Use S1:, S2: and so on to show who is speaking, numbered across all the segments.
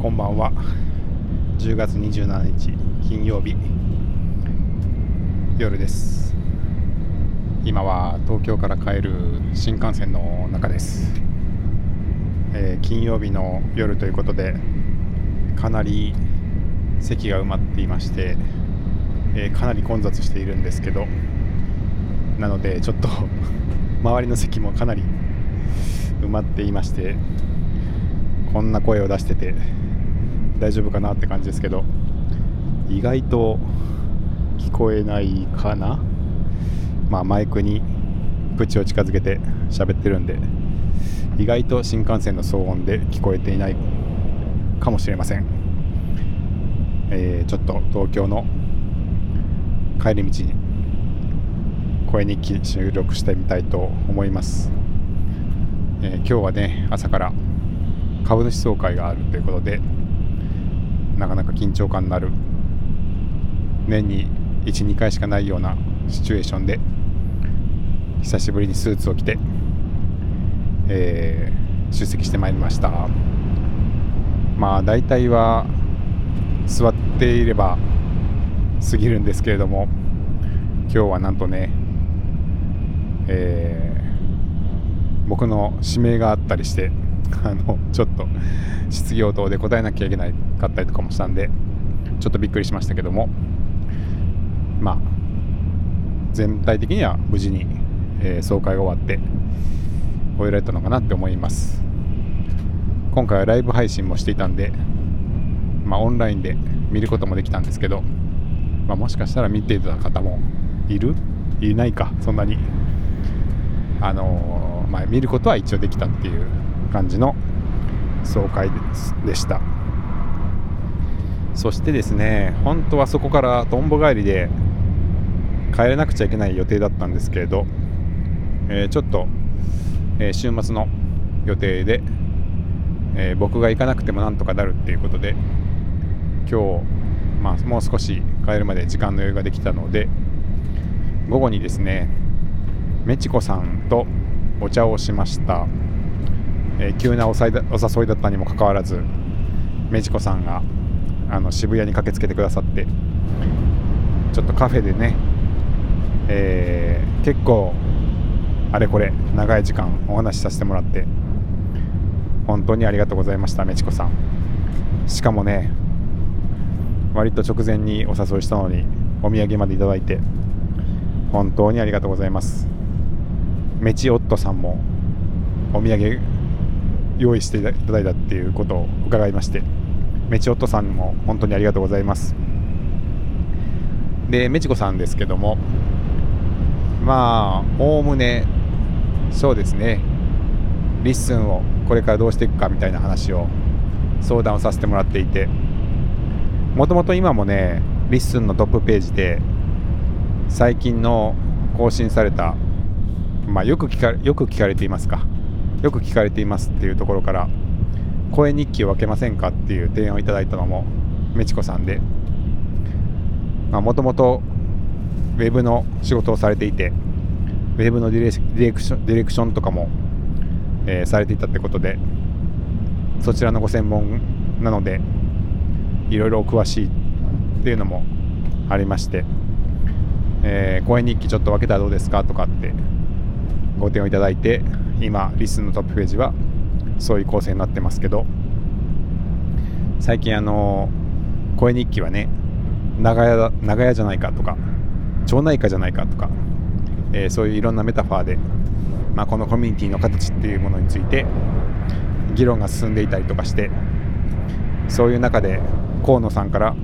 S1: こんばんは10月27日金曜日夜です今は東京から帰る新幹線の中です、えー金曜日の夜ということでかなり席が埋まっていまして、えーかなり混雑しているんですけどなのでちょっと 周りの席もかなり埋まっていましてこんな声を出してて大丈夫かなって感じですけど意外と聞こえないかなまあマイクに口を近づけて喋ってるんで意外と新幹線の騒音で聞こえていないかもしれません、えーちょっと東京の帰り道に声日記収録してみたいと思います、えー今日はね朝から株主総会があるということでなかなか緊張感のある年に12回しかないようなシチュエーションで久しぶりにスーツを着て、えー出席してまいりましたまあ大体は座っていれば過ぎるんですけれども今日はなんとね、えー僕の指名があったりしてあのちょっと質疑応答で答えなきゃいけないかったりとかもしたんでちょっとびっくりしましたけどもまあ全体的には無事に、えー総会が終わって終えられたのかなって思います今回はライブ配信もしていたんでまあオンラインで見ることもできたんですけど、まあ、もしかしたら見ていた方もいるいないかそんなにあのーまあ、見ることは一応できたっていう感じの総会ですでしたそしてですね本当はそこからとんぼ帰りで帰れなくちゃいけない予定だったんですけれど、えーちょっと、えー週末の予定で、えー僕が行かなくてもなんとかなるっていうことで今日、まあ、もう少し帰るまで時間の余裕ができたので午後にですねメチコさんとお茶をしました、えー急なおさいだお誘いだったにもかかわらずメチコさんがあの渋谷に駆けつけてくださってちょっとカフェでね、えー結構あれこれ長い時間お話しさせてもらって本当にありがとうございましたメチコさんしかもね割と直前にお誘いしたのにお土産までいただいて本当にありがとうございますメチオットさんもお土産用意していただいたっていうことを伺いましてメチオットさんも本当にありがとうございますでメチコさんですけどもまあおおむねそうですねリッスンをこれからどうしていくかみたいな話を相談をさせてもらっていてもともと今もねリッスンのトップページで最近の更新された、まあ、よく聞かよく聞かれていますかよく聞かれていますっていうところから声日記を分けませんかっていう提案をいただいたのもメチコさんでもともとウェブの仕事をされていてウェブのディレディレクションディレクションとかも、えーされていたってことでそちらのご専門なのでいろいろお詳しいっていうのもありましてえー、公演日記ちょっと分けたらどうですかとかってご提案いただいて今リスンのトップページはそういう構成になってますけど最近あのー公演日記はね長屋だ長屋じゃないかとか町内会じゃないかとか、えーそういういろんなメタファーで、まあ、このコミュニティの形っていうものについて議論が進んでいたりとかしてそういう中で河野さんから、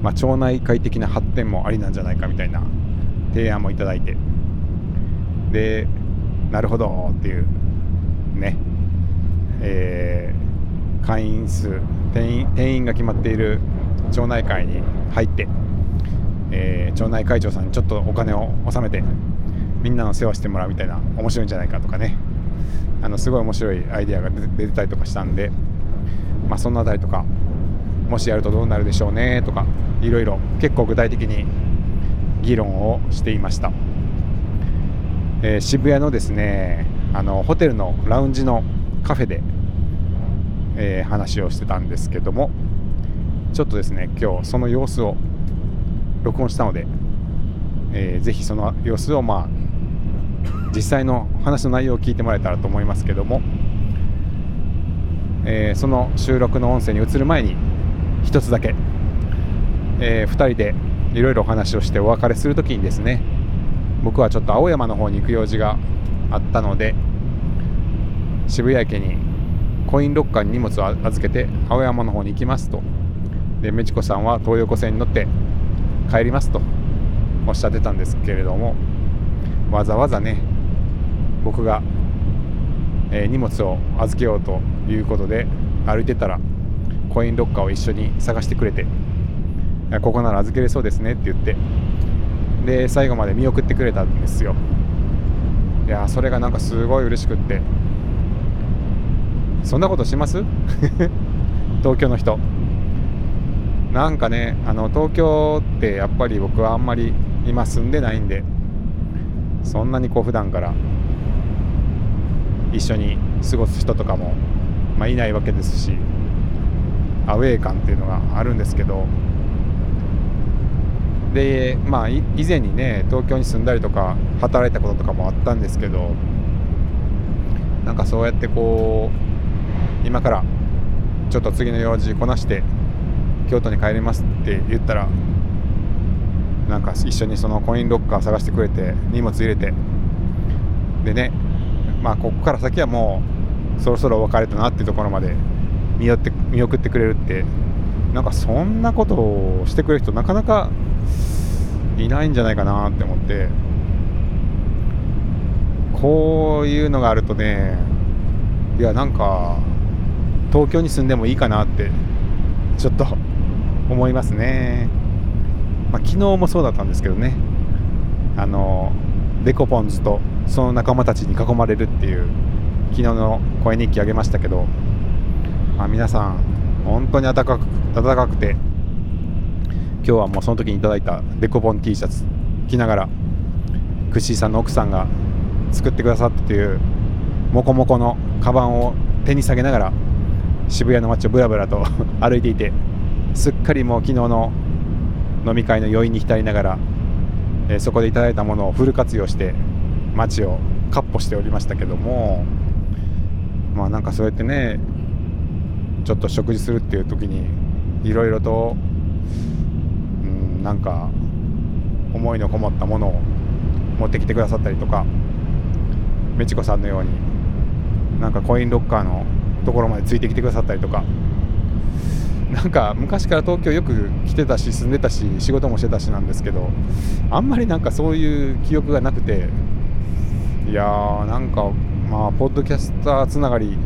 S1: まあ、町内会的な発展もありなんじゃないかみたいな提案もいただいてでなるほどっていうねえー会員数定員定員が決まっている町内会に入って、えー町内会長さんにちょっとお金を納めてみんなの世話してもらうみたいな面白いんじゃないかとかねあのすごい面白いアイデアが出出てたりとかしたんで、まあ、そのあたりとかもしやるとどうなるでしょうねとかいろいろ結構具体的に議論をしていました、えー渋谷のですねあのホテルのラウンジのカフェで、えー話をしてたんですけどもちょっとですね今日その様子を録音したので、えーぜひその様子をまあ実際の話の内容を聞いてもらえたらと思いますけども、えーその収録の音声に移る前に一つだけ、え2人でいろいろお話をしてお別れするときにですね僕はちょっと青山の方に行く用事があったので渋谷駅にコインロッカーに荷物を預けて青山の方に行きますとで美智子さんは東横線に乗って帰りますとおっしゃってたんですけれどもわざわざね僕が、えー荷物を預けようということで歩いてたらコインロッカーを一緒に探してくれていやここなら預けれそうですねって言ってで最後まで見送ってくれたんですよいやーそれがなんかすごい嬉しくってそんなことします 東京の人なんかねあの東京ってやっぱり僕はあんまり今住んでないんでそんなにこう普段から一緒に過ごす人とかも、まあ、いないわけですしアウェー感っていうのがあるんですけどでまあい以前にね東京に住んだりとか働いたこととかもあったんですけどなんかそうやってこう今からちょっと次の用事こなして京都に帰りますって言ったらなんか一緒にそのコインロッカー探してくれて荷物入れてでねまあここから先はもうそろそろお別れだなっていうところまで見よって見送ってくれるってなんかそんなことをしてくれる人なかなかいないんじゃないかなって思ってこういうのがあるとねいやなんか東京に住んでもいいかなってちょっと思いますね、まあ、昨日もそうだったんですけどねあのデコポンズとその仲間たちに囲まれるっていう昨日の声日記あげましたけど、まあ、皆さん本当に暖かく暖かくて今日はもうその時にいただいたデコポン T シャツ着ながらクッシーさんの奥さんが作ってくださったというモコモコのカバンを手に下げながら渋谷の街をぶらぶらと歩いていてすっかりもう昨日の飲み会の余韻に浸りながら、えーそこでいただいたものをフル活用して街をかっ歩しておりましたけどもまあなんかそうやってねちょっと食事するっていう時にいろいろと、うん、なんか思いのこもったものを持ってきてくださったりとか美智子さんのようになんかコインロッカーのところまでついてきてくださったりとかなんか昔から東京よく来てたし住んでたし仕事もしてたしなんですけどあんまりなんかそういう記憶がなくていやーなんかまあポッドキャスターつながり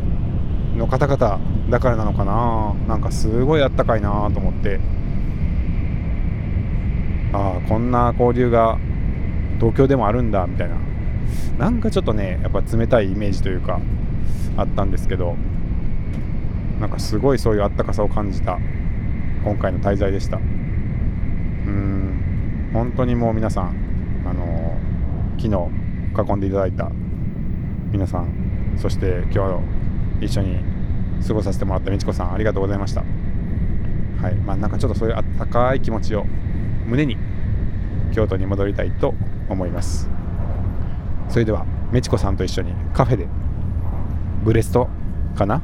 S1: の方々だからなのかななんかすごいあったかいなと思ってああこんな交流が東京でもあるんだみたいななんかちょっとねやっぱ冷たいイメージというかあったんですけどなんかすごいそういうあったかさを感じた今回の滞在でしたうーん本当にもう皆さんあのー昨日囲んでいただいた皆さんそして今日一緒に過ごさせてもらった美智子さんありがとうございましたはいまあなんかちょっとそういうあったかい気持ちを胸に京都に戻りたいと思いますそれでは美智子さんと一緒にカフェでブレストかな、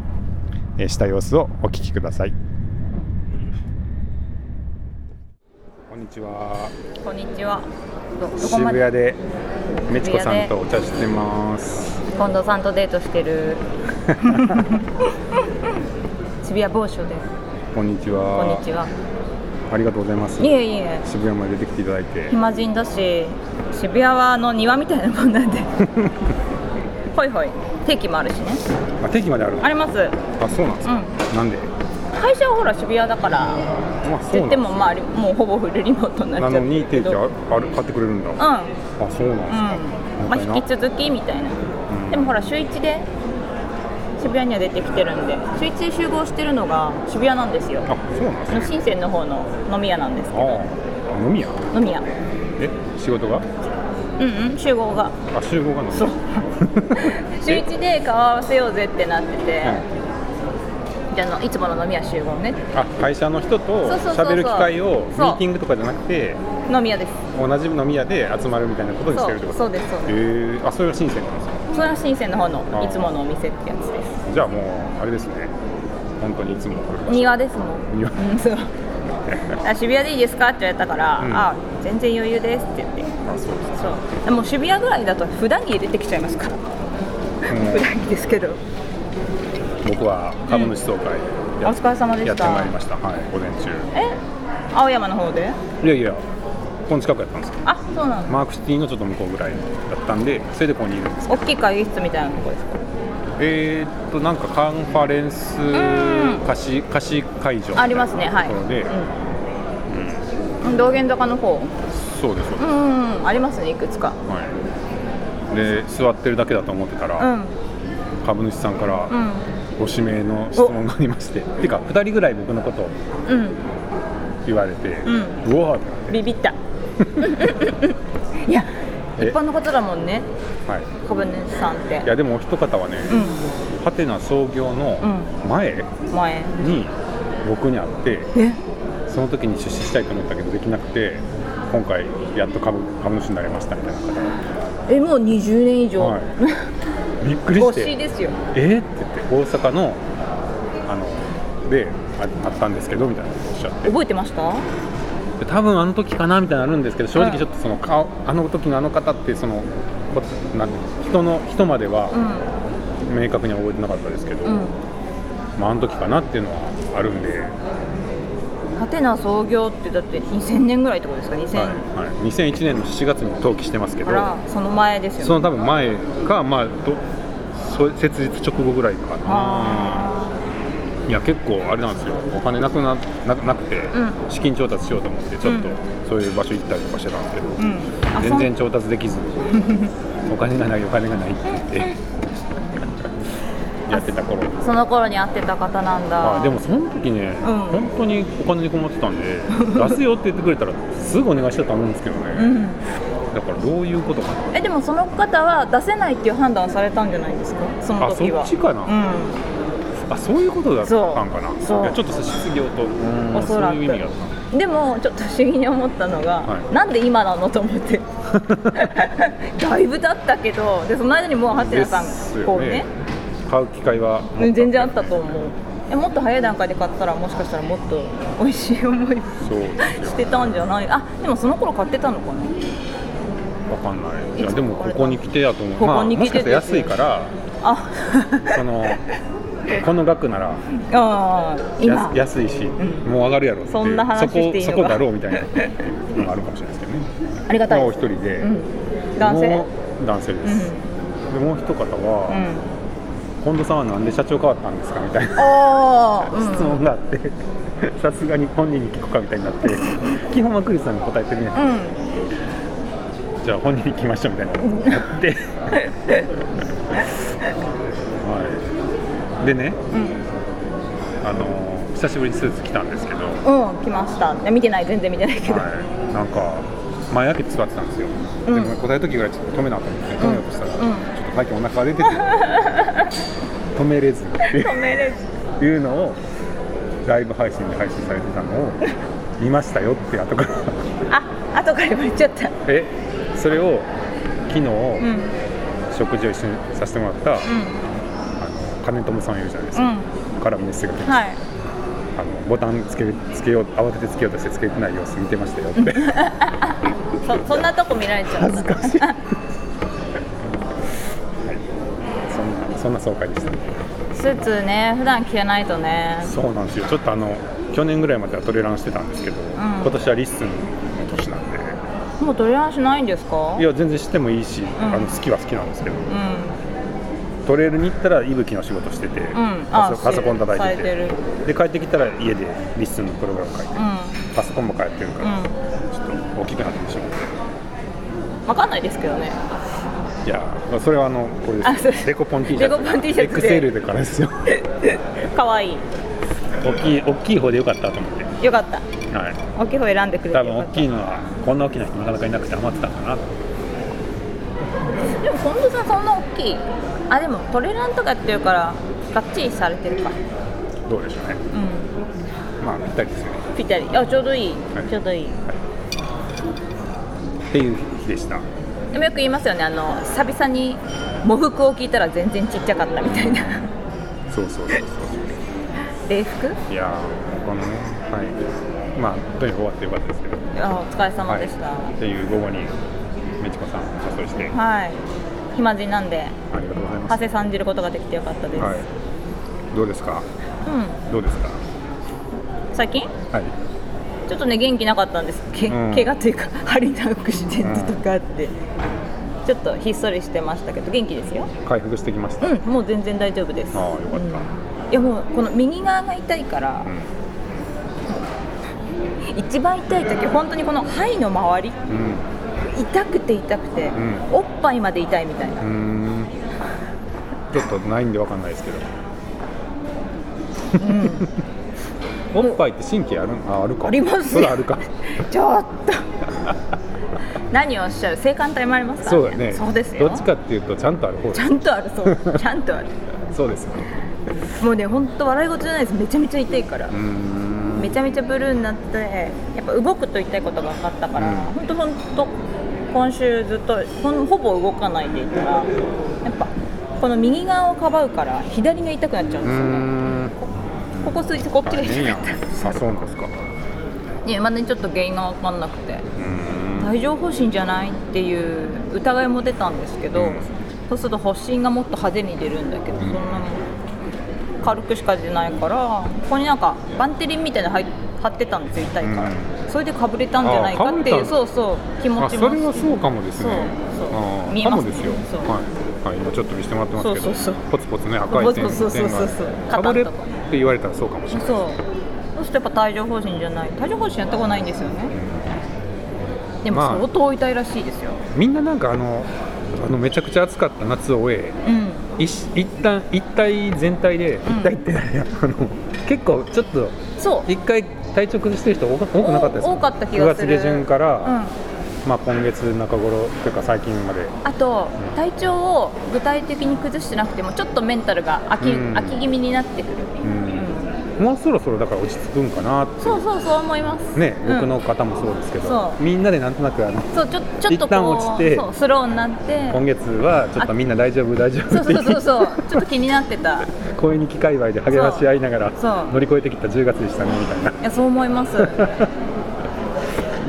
S1: えーした様子をお聞きくださいこんにちは
S2: こんにちは。どどこ
S1: 渋
S2: まで
S1: 谷で美智子さんとお茶してます
S2: 近藤さんとデートし てる。渋谷某所です。
S1: こんにち
S2: こん
S1: は
S2: にちは。
S1: ありがとうございます
S2: いえいえ。
S1: 渋谷まで出てきていただいて
S2: 暇人だし、渋谷はあの庭みたいなもんなん で。ほいほい。定期もあるしね。
S1: あ定期まである
S2: あります。うん。
S1: あそうなんですか、なんで
S2: 会社はほら渋谷だから。
S1: まあ
S2: って
S1: そうなん
S2: 言っ
S1: です
S2: てもまあもうほぼフルリモートになっち
S1: な
S2: ゃって
S1: の
S2: る
S1: に
S2: け
S1: 定期
S2: ど
S1: あある買ってくれるんだ、あ
S2: うん。
S1: そうなんで
S2: う
S1: す
S2: ん
S1: か、も
S2: まあ、
S1: ったいな
S2: 引き続きみたいな、
S1: ん
S2: でもほら週1で渋谷には出てきてるんで週1で集合してるのが渋谷なんですよ
S1: あそうなんですね
S2: 深センの方の飲み屋なんですけど
S1: ああ飲み屋
S2: 飲み屋
S1: え仕事が
S2: うんうん集合が
S1: あ集合がなんだ
S2: そう週1で顔合わせようぜってなってて、
S1: はい
S2: じゃあのいつもの飲み屋集合ね
S1: あ会社の人と
S2: そうそうそうそう
S1: 喋る機会をミ
S2: そう
S1: ーティングとかじゃなくて
S2: 飲み屋です
S1: 同じ飲み屋で集まるみたいなことにし
S2: そ
S1: てるって
S2: う
S1: こと
S2: そうですそう
S1: へ
S2: で
S1: えあそれが深センなんですか
S2: すそれは深センの方の
S1: あ
S2: いつものお店ってやつです
S1: じゃあもうあれですね本当にいつも
S2: 庭ですもん
S1: 庭
S2: うんそうあ渋谷でいいですかって言われたから、
S1: うん
S2: あ全然余裕ですって言って
S1: あそうです
S2: そうでも渋谷ぐらいだと普段着出てきちゃいますから、 普段着ですけど
S1: うん僕は株主総会
S2: お
S1: や,、
S2: 疲れ様で
S1: やっ
S2: し
S1: てま
S2: た
S1: いりましたはい午前中
S2: え青山の方で
S1: いやいやこの近くやったんですけど
S2: あそうなの
S1: マークシティのちょっと向こうぐらいだったんでそれでここにいるんです
S2: 大きい会議室みたいなとこですか
S1: えー、っとなんかカンファレンス
S2: ん
S1: 貸し貸し会場
S2: ありますねはい
S1: ところで、
S2: うん、道玄坂の方
S1: そうですそう
S2: う
S1: で
S2: んうんありますねいくつか
S1: す、はいで座ってるだけだと思ってた
S2: う
S1: ら、
S2: ん
S1: 株主さんから
S2: うん
S1: ご指名の質問がありまして、てか2人ぐらい僕のことを
S2: うん
S1: 言われて、うんわーってなって
S2: ビビった いや一
S1: え
S2: 般のことだもんね
S1: はい、
S2: 株主さんって
S1: いやでもお一方はね、
S2: う
S1: ハテナ創業の前
S2: ん前
S1: に僕に会って
S2: え
S1: その時に出資したいと思ったけどできなくて今回やっと株株主になりましたみたいな方
S2: えもう20年以上、
S1: はびっくりし
S2: 推してですよ
S1: 「えっ?」って言って大阪のあのでああったんですけどみたいなことおっしゃって
S2: 覚えてました
S1: で多分あの時かなみたいなのあるんですけど正
S2: うん
S1: 直ちょっとその顔、あの時のあの方ってそのこなん人の人までは
S2: うん
S1: 明確には覚えてなかったですけど、
S2: うん
S1: まああの時かなっていうのはあるんで、はい
S2: ハテナ創業ってだって2000年ぐらいってことですか2000、
S1: はい、2001年の7月に登記してますけど
S2: からその前ですよね
S1: その多分前かまあどそ設立直後ぐらいかな
S2: あ
S1: いや結構あれなんですよお金なくなななくて、
S2: ん
S1: 資金調達しようと思ってちょっと
S2: うん
S1: そういう場所行ったりとかしてたんですけど、
S2: ーうんあ
S1: 全然調達で きずお金がないお金がないって言ってやってた頃
S2: そその頃に会ってた方なんだ、
S1: はい、でもその時ね、本当にお金に困ってたん で出すよって言ってくれたらすぐお願いしたと思うんですけど
S2: う
S1: ね、
S2: ん
S1: だからどういうことかな
S2: えでもその方は出せないっていう判断をされたんじゃないですかその
S1: あそ
S2: 時は
S1: っちかな、あそういうことだったんかな
S2: そうそう
S1: いやちょっと失業とうん
S2: おそら
S1: そ
S2: く
S1: ういう意味があった
S2: うんでもちょっと不思議に思ったのが、
S1: はい
S2: なんで今なのと思って だいぶ経ったけどでその間にもうハテナさんこうね
S1: 買う機会は
S2: うん全然あったと思うえもっと早い段階で買ったらもしかしたらもっと美味しい思い
S1: そうですよ
S2: してたんじゃないあでもその頃買ってたのかな
S1: わかんないい
S2: い
S1: や
S2: つ
S1: でもここに来てやと思う
S2: こ
S1: ま
S2: こ
S1: あ
S2: に
S1: も
S2: 来
S1: しか
S2: て
S1: し
S2: です
S1: た
S2: よ
S1: ら安いから
S2: あ
S1: そのこの額なら
S2: あー今
S1: 安安いし、
S2: ん
S1: もう上がるやろっていう
S2: そんな話していいの
S1: そこ
S2: か
S1: そこだろうみたいなのがあるかもしれないですけどね
S2: ありがたい
S1: もう
S2: で
S1: 一
S2: す、
S1: 人で、
S2: うん、男性
S1: もう男性です、でもう一方
S2: う
S1: は、
S2: ん
S1: 近藤さんはなんで社長変わったんですかみたいな
S2: ああ、うん
S1: 質問があって、 さすがに本人に聞くかみたいになって基本はクリスさんが答えてるね
S2: う
S1: じゃあ本人に聞きましょうみたいなことになってはいでね
S2: ん、
S1: あのー久しぶりにスーツ着たんですけど、は
S2: うん、うん、来ました。いや見てない、全然見てないけど。
S1: い、なんか前開けて座ってたんですよ、
S2: うん
S1: でも答える時ぐらいちょっと止めなと思って止めようとしたら、
S2: う
S1: ちょ
S2: ん
S1: っと最近お腹が出て て止めれずっていう
S2: 止めれず。
S1: いうのをライブ配信で配信されてたのを見ましたよって後から
S2: あ、後から言われちゃった。
S1: えそれを昨日
S2: うん、うん、
S1: 食事を一緒にさせてもらった、あの金友さんいるじゃないです
S2: う
S1: か、
S2: ん、
S1: からメッセージが来て、
S2: はい。
S1: あのボタンつけるつけよう慌ててつけようとしてつけてない様子見てましたよって
S2: そ、そんなとこ見られちゃっ
S1: 恥
S2: た
S1: ず。かしい、はい、そんなそんな爽快でした
S2: スーツね、普段着れないとね。
S1: そうなんですよちょっとあの去年ぐらいまではトレランしてたんですけど、今年はリッスンの年なんで
S2: もう取り合わしないんですか。
S1: いや全然してもいいし、
S2: ん
S1: あの好きは好きなんですけど
S2: うん、
S1: トレイルに行ったら伊吹の仕事してて、
S2: ん
S1: パ
S2: あ
S1: ソパソコン叩いて
S2: されて
S1: てで帰ってきたら家でリッスンのプログラム書いて
S2: う
S1: パソコンも帰ってるか
S2: ん、
S1: ら、ちょっと大きくなってしまう
S2: うん、わかんないですけどね。
S1: いやーそれはあのこれ
S2: あそ
S1: で
S2: うですす
S1: デコポン T シャツ
S2: デコポン T シャツで
S1: XL だからですよ
S2: 可愛い
S1: 大きい大きい方でよかったと思って、
S2: よかった。
S1: はい、
S2: 大きい方選んでくれ
S1: 多
S2: てよ
S1: 分大
S2: かっ
S1: きいのはこんな大きな人なかなかいなくて余ってたんだなと
S2: た。でも、近藤さん、そんな大きい。あ、でも、トレランとかやってるから、がっちりされてるか。
S1: どうでしょうね
S2: う
S1: まあぴったりですよね
S2: んぴったりあちょうどいい、
S1: はい
S2: ちょうどいい
S1: っていう日でした
S2: でもよく言いますよねあの久々に喪服を聞いたら全然ちっちゃかったみたいな
S1: そうそうそうそう
S2: 礼服
S1: いやーこのねはいまあ本当に終わってよかったですけど
S2: あお疲れ様でした
S1: はい、っていう午後に美智子さんをお誘いしてあ
S2: はい、暇人なんで
S1: りがとうございます
S2: 馳せさんじることができてよかったです、
S1: はいどうですかどうですか
S2: うん最近
S1: はい
S2: ちょっとね元気なかったんですけ、
S1: うん
S2: 怪我というか ハリなアクシデントとかあって、ちょっとひっそりしてましたけど元気ですよ
S1: 回復してきました
S2: うんもう全然大丈夫です
S1: ああよかった
S2: うんいやもうこの右側が痛いから、
S1: う
S2: 一番痛い時本当にこの肺の周り
S1: んうん
S2: 痛くて痛くて、
S1: ん
S2: おっぱいまで痛いみたいな
S1: うーんちょっとないんでわかんないですけど、おっぱいって神経あるんああるか
S2: あります
S1: そ
S2: よ
S1: れあるか
S2: ちょっ と何をおっしゃる性感帯もありますから
S1: そうだね
S2: そうですよ
S1: どっちかっていうとちゃんとある方
S2: ちゃんとある そうちゃんとある
S1: そうですよね
S2: もうね本当笑い事じゃないですめちゃめちゃ痛いから、
S1: うーん
S2: めちゃめちゃブルーになってやっぱ動くと痛いことが分かったから、
S1: うん
S2: ほん、本当本当今週ずっとほんほぼ動かないでいたらやっぱこの右側をかばうから左が痛くなっちゃうん
S1: う
S2: ですよ
S1: ー
S2: ね、
S1: ん
S2: ここ数日こっちが
S1: 大変
S2: 痛
S1: やん
S2: かっ
S1: あそうなんですか
S2: たいやまだにちょっと原因が分かんなくて
S1: うーん
S2: 帯状疱疹じゃないっていう疑いも出たんですけど、
S1: うん
S2: そうすると発疹がもっと派手に出るんだけど、
S1: ん
S2: そんなに軽くしか出ないからここになんかバンテリンみたいなの入っ貼ってたんですよ痛いから、それでかぶれたんじゃないかってい
S1: あ被
S2: う
S1: った
S2: そうそう気持
S1: あ
S2: ち
S1: そ
S2: も
S1: れはそうかもですね
S2: そうそう
S1: あ
S2: 見
S1: ーか
S2: えます
S1: もですよ
S2: そ
S1: は
S2: う
S1: い、はい、今ちょっと見せてもらってますけど
S2: そうそうそう
S1: ポツポツね赤い点
S2: ポツポツそうそうそうそ
S1: 点
S2: う
S1: が
S2: 肩
S1: かぶれっ
S2: のとこ
S1: て言われたらそうかもしれない
S2: そうそうするとやっぱ帯状疱疹じゃない帯状疱疹やったことないんですよねでも
S1: まあ
S2: 相当痛いらしいですよ、
S1: みんななんかあのあのめちゃくちゃ暑かった夏を終え
S2: うん
S1: 一し一旦一体全体で、一
S2: ん
S1: 体って何やあの結構ちょっと
S2: そう
S1: 一回体調崩してる人多か多くなかったです
S2: お多かった気がする
S1: 9月下旬から、
S2: うん
S1: まあ、今月中頃というか最近まで
S2: あと体調を具体的に崩してなくてもちょっとメンタルが飽き,、
S1: うん
S2: 飽き気味になってくる、
S1: んもうそろそろだから落ち着くんかなって
S2: そうそうそう思います
S1: ね、
S2: うん
S1: 僕の方もそうですけど
S2: そ、う
S1: みんなでなんとなくあの
S2: そうちょちょっ
S1: 一
S2: とこう
S1: 旦落ちて
S2: そうスローになって
S1: 今月はちょっとみんな大丈夫大丈夫
S2: そう
S1: って
S2: そうそうそうちょっと気になってた
S1: 公園に機界隈で励まし合いながら
S2: そうそう
S1: 乗り越えてきた10月でしたねみたいない
S2: やそう思います
S1: じゃ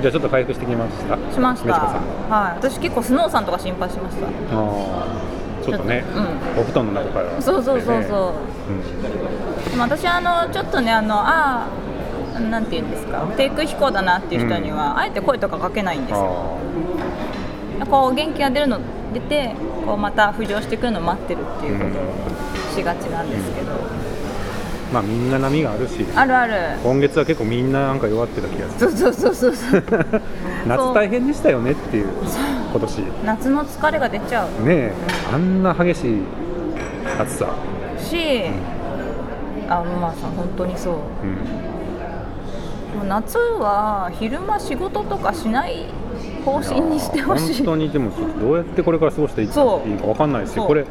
S1: あちょっと回復してきました
S2: しまし
S1: 美
S2: た
S1: 智子さん
S2: はい私結構スノーさんとか心配しました
S1: あーちょっとね
S2: ちょっと
S1: お布団の中から
S2: そうそうそう
S1: ね
S2: そう、でも私あのちょっとねあのあーなんて言うんですか低空飛行だなっていう人には、あえて声とかかけないんです
S1: うん、
S2: よ
S1: あ
S2: こう元気が出るの出てこうまた浮上してくるのを待ってるって
S1: ー
S2: いううことを
S1: ん
S2: しがちなんですけど、
S1: まあみんな波があるし
S2: あるある
S1: 今月は結構みんななんか弱ってた気がする
S2: そうそうそうそうそう
S1: 夏大変でしたよねっていう今年ね
S2: 夏の疲れが出ちゃう
S1: えあんな激しい暑さ、
S2: しあまあさ本当にそう
S1: うん、
S2: でも夏は昼間仕事とかしない方針にしてほしい
S1: やー本当にでもちょっとどうやってこれから過ごしていいいい
S2: そう
S1: かわかんないし
S2: そう
S1: これ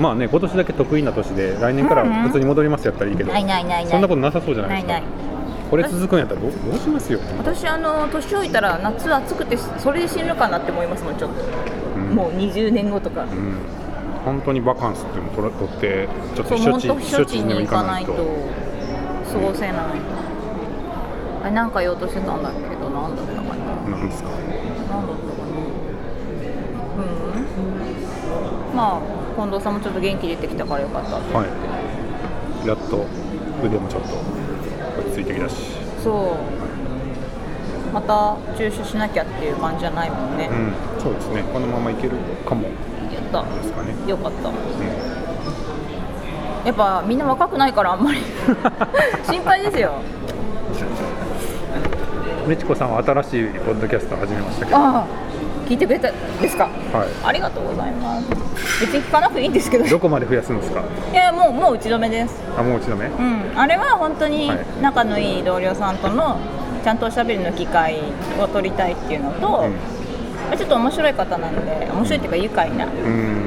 S1: まあね今年だけ得意な年で来年からは普通に戻りますやったらいいけど、
S2: ないないないない
S1: そんなことなさそうじゃな
S2: ないい
S1: ですか
S2: ない
S1: これ続くんやったらどうどうしますよ
S2: 私あの年老いたら夏暑くてそれで死ぬかなって思いますもんちょっと、
S1: ん
S2: もう20年後とか、
S1: うん、本当にバカンスっていうのを取ら取ってちょっと
S2: そう
S1: 避
S2: 本
S1: 暑
S2: 当
S1: 地
S2: 避暑地
S1: でも
S2: に行かないと
S1: 行
S2: 過ごせない、あれなんか言おうとしてたんだけど何だったかな何だっ
S1: なんですか
S2: たかなうんまあ近藤さんもちょっと元気出てきたからよかった
S1: はいやっと腕もちょっと落ち着いてきたし
S2: そうまた注射しなきゃっていう感じじゃないもんね
S1: う、んそうですねこのままいけるかも
S2: やった
S1: ですかね、
S2: よかった
S1: う
S2: やっぱみんな若くないからあんま り心配ですよ
S1: ん、メチコさんは新しいポッドキャストを始めましたけど
S2: ああ聞いてくれたですか
S1: は
S2: ありがとうございます別に聞かなくていいんですけど
S1: いどこまで増やすんですか
S2: いやもうもう打ち止めです、
S1: あもう一度目
S2: うん、あれは本当に
S1: はい
S2: 仲のいい同僚さんとのちゃんとおしゃべりの機会を取りたいっていうのと、
S1: うん
S2: まあちょっと面白い方なんで面白いっていうか愉快な、うん
S1: うーん
S2: うん、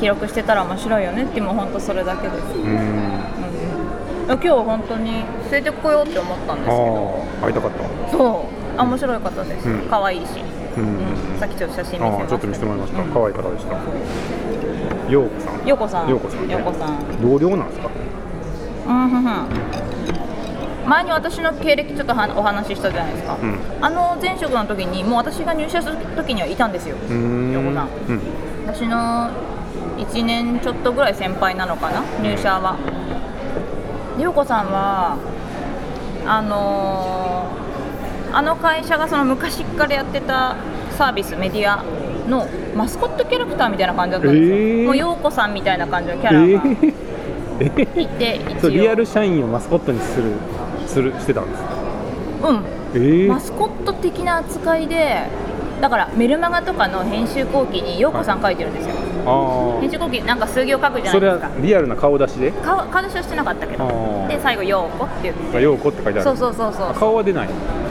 S2: 記録してたら面白いよねってもう本当それだけです、
S1: うーん
S2: うん今日は本当に連れてこようって思ったんですけど
S3: ああ会いたかった
S2: そうあ面白い方です、
S3: うん
S2: 可愛いし、
S3: うん
S2: うんさっきちょっと写真見せまし
S3: あ
S2: た
S3: あちょっと見せてもらいました、
S2: うん
S3: 可愛い方でしたようこさん
S2: ようこさん
S3: ようこさん,、
S2: ようこさん
S3: 同僚なんですか
S2: うんふんふん前に私の経歴ちょっとはお話ししたじゃないですか、
S3: うん
S2: あの前職の時にもう私が入社した時にはいたんですよ、
S3: うーん
S2: ようこさん
S3: うん
S2: 私の1年ちょっとぐらい先輩なのかな入社はで陽子さんはあのーあの会社がその昔からやってたサービスメディアのマスコットキャラクターみたいな感じだったんですよ、
S3: えー
S2: もう陽子さんみたいな感じのキ
S1: え
S2: ャラが
S1: ー、
S2: いて、一
S1: そ
S2: 応
S1: うリアル社員をマスコットにするするしてたんです
S2: うん
S1: え
S2: マスコット的な扱いでだからメルマガとかの編集後期に陽子さん書いてるんですよ、
S1: あ
S2: 編集後期なんか数行書
S1: あ
S2: くじゃな
S1: それ
S2: いです
S1: は
S2: か
S1: リアルな顔出しで
S2: 顔顔出しはしてなかったけど
S1: ああ
S2: で最後「ようこ」って言っ
S1: 「
S2: て
S1: ようこ」って書いてある
S2: そうそうそうそう
S1: 顔は出ない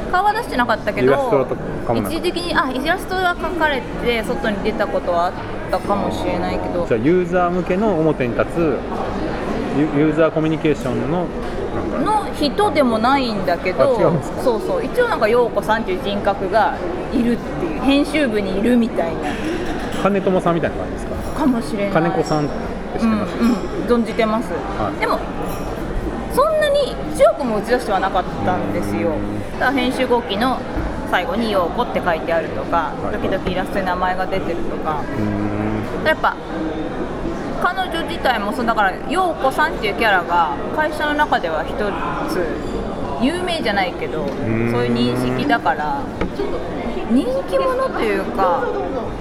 S2: 顔は出してなかったけ
S1: イ
S2: ど
S1: ラストとかもな
S2: 一
S1: い
S2: 時的にあイラストが描かれて外に出たことはあったかもしれないけど
S1: じゃあユーザー向けの表に立つユユーザーコミュニケーションのなんか
S2: の人でもないんだけど
S1: あ違うんですか
S2: そうそう一応なんか陽子さんっていう人格がいるっていう編集部にいるみたいな
S1: 金友さんみたいな感じですか
S2: かもしれない
S1: 金子さんって知って
S2: うん、うん
S1: ます、、
S2: 存じてます、
S1: い
S2: でもそんなに強くも打ち出してはなかったんですよただ編集後期の最後に「ようこ」って書いてあるとか、
S1: はい
S2: 時々イラストに名前が出てるとか
S1: うーん
S2: やっぱ彼女自体もそうだからようこさんっていうキャラが会社の中では一つ有名じゃないけどそう
S1: うん
S2: いう認識だから人気者というか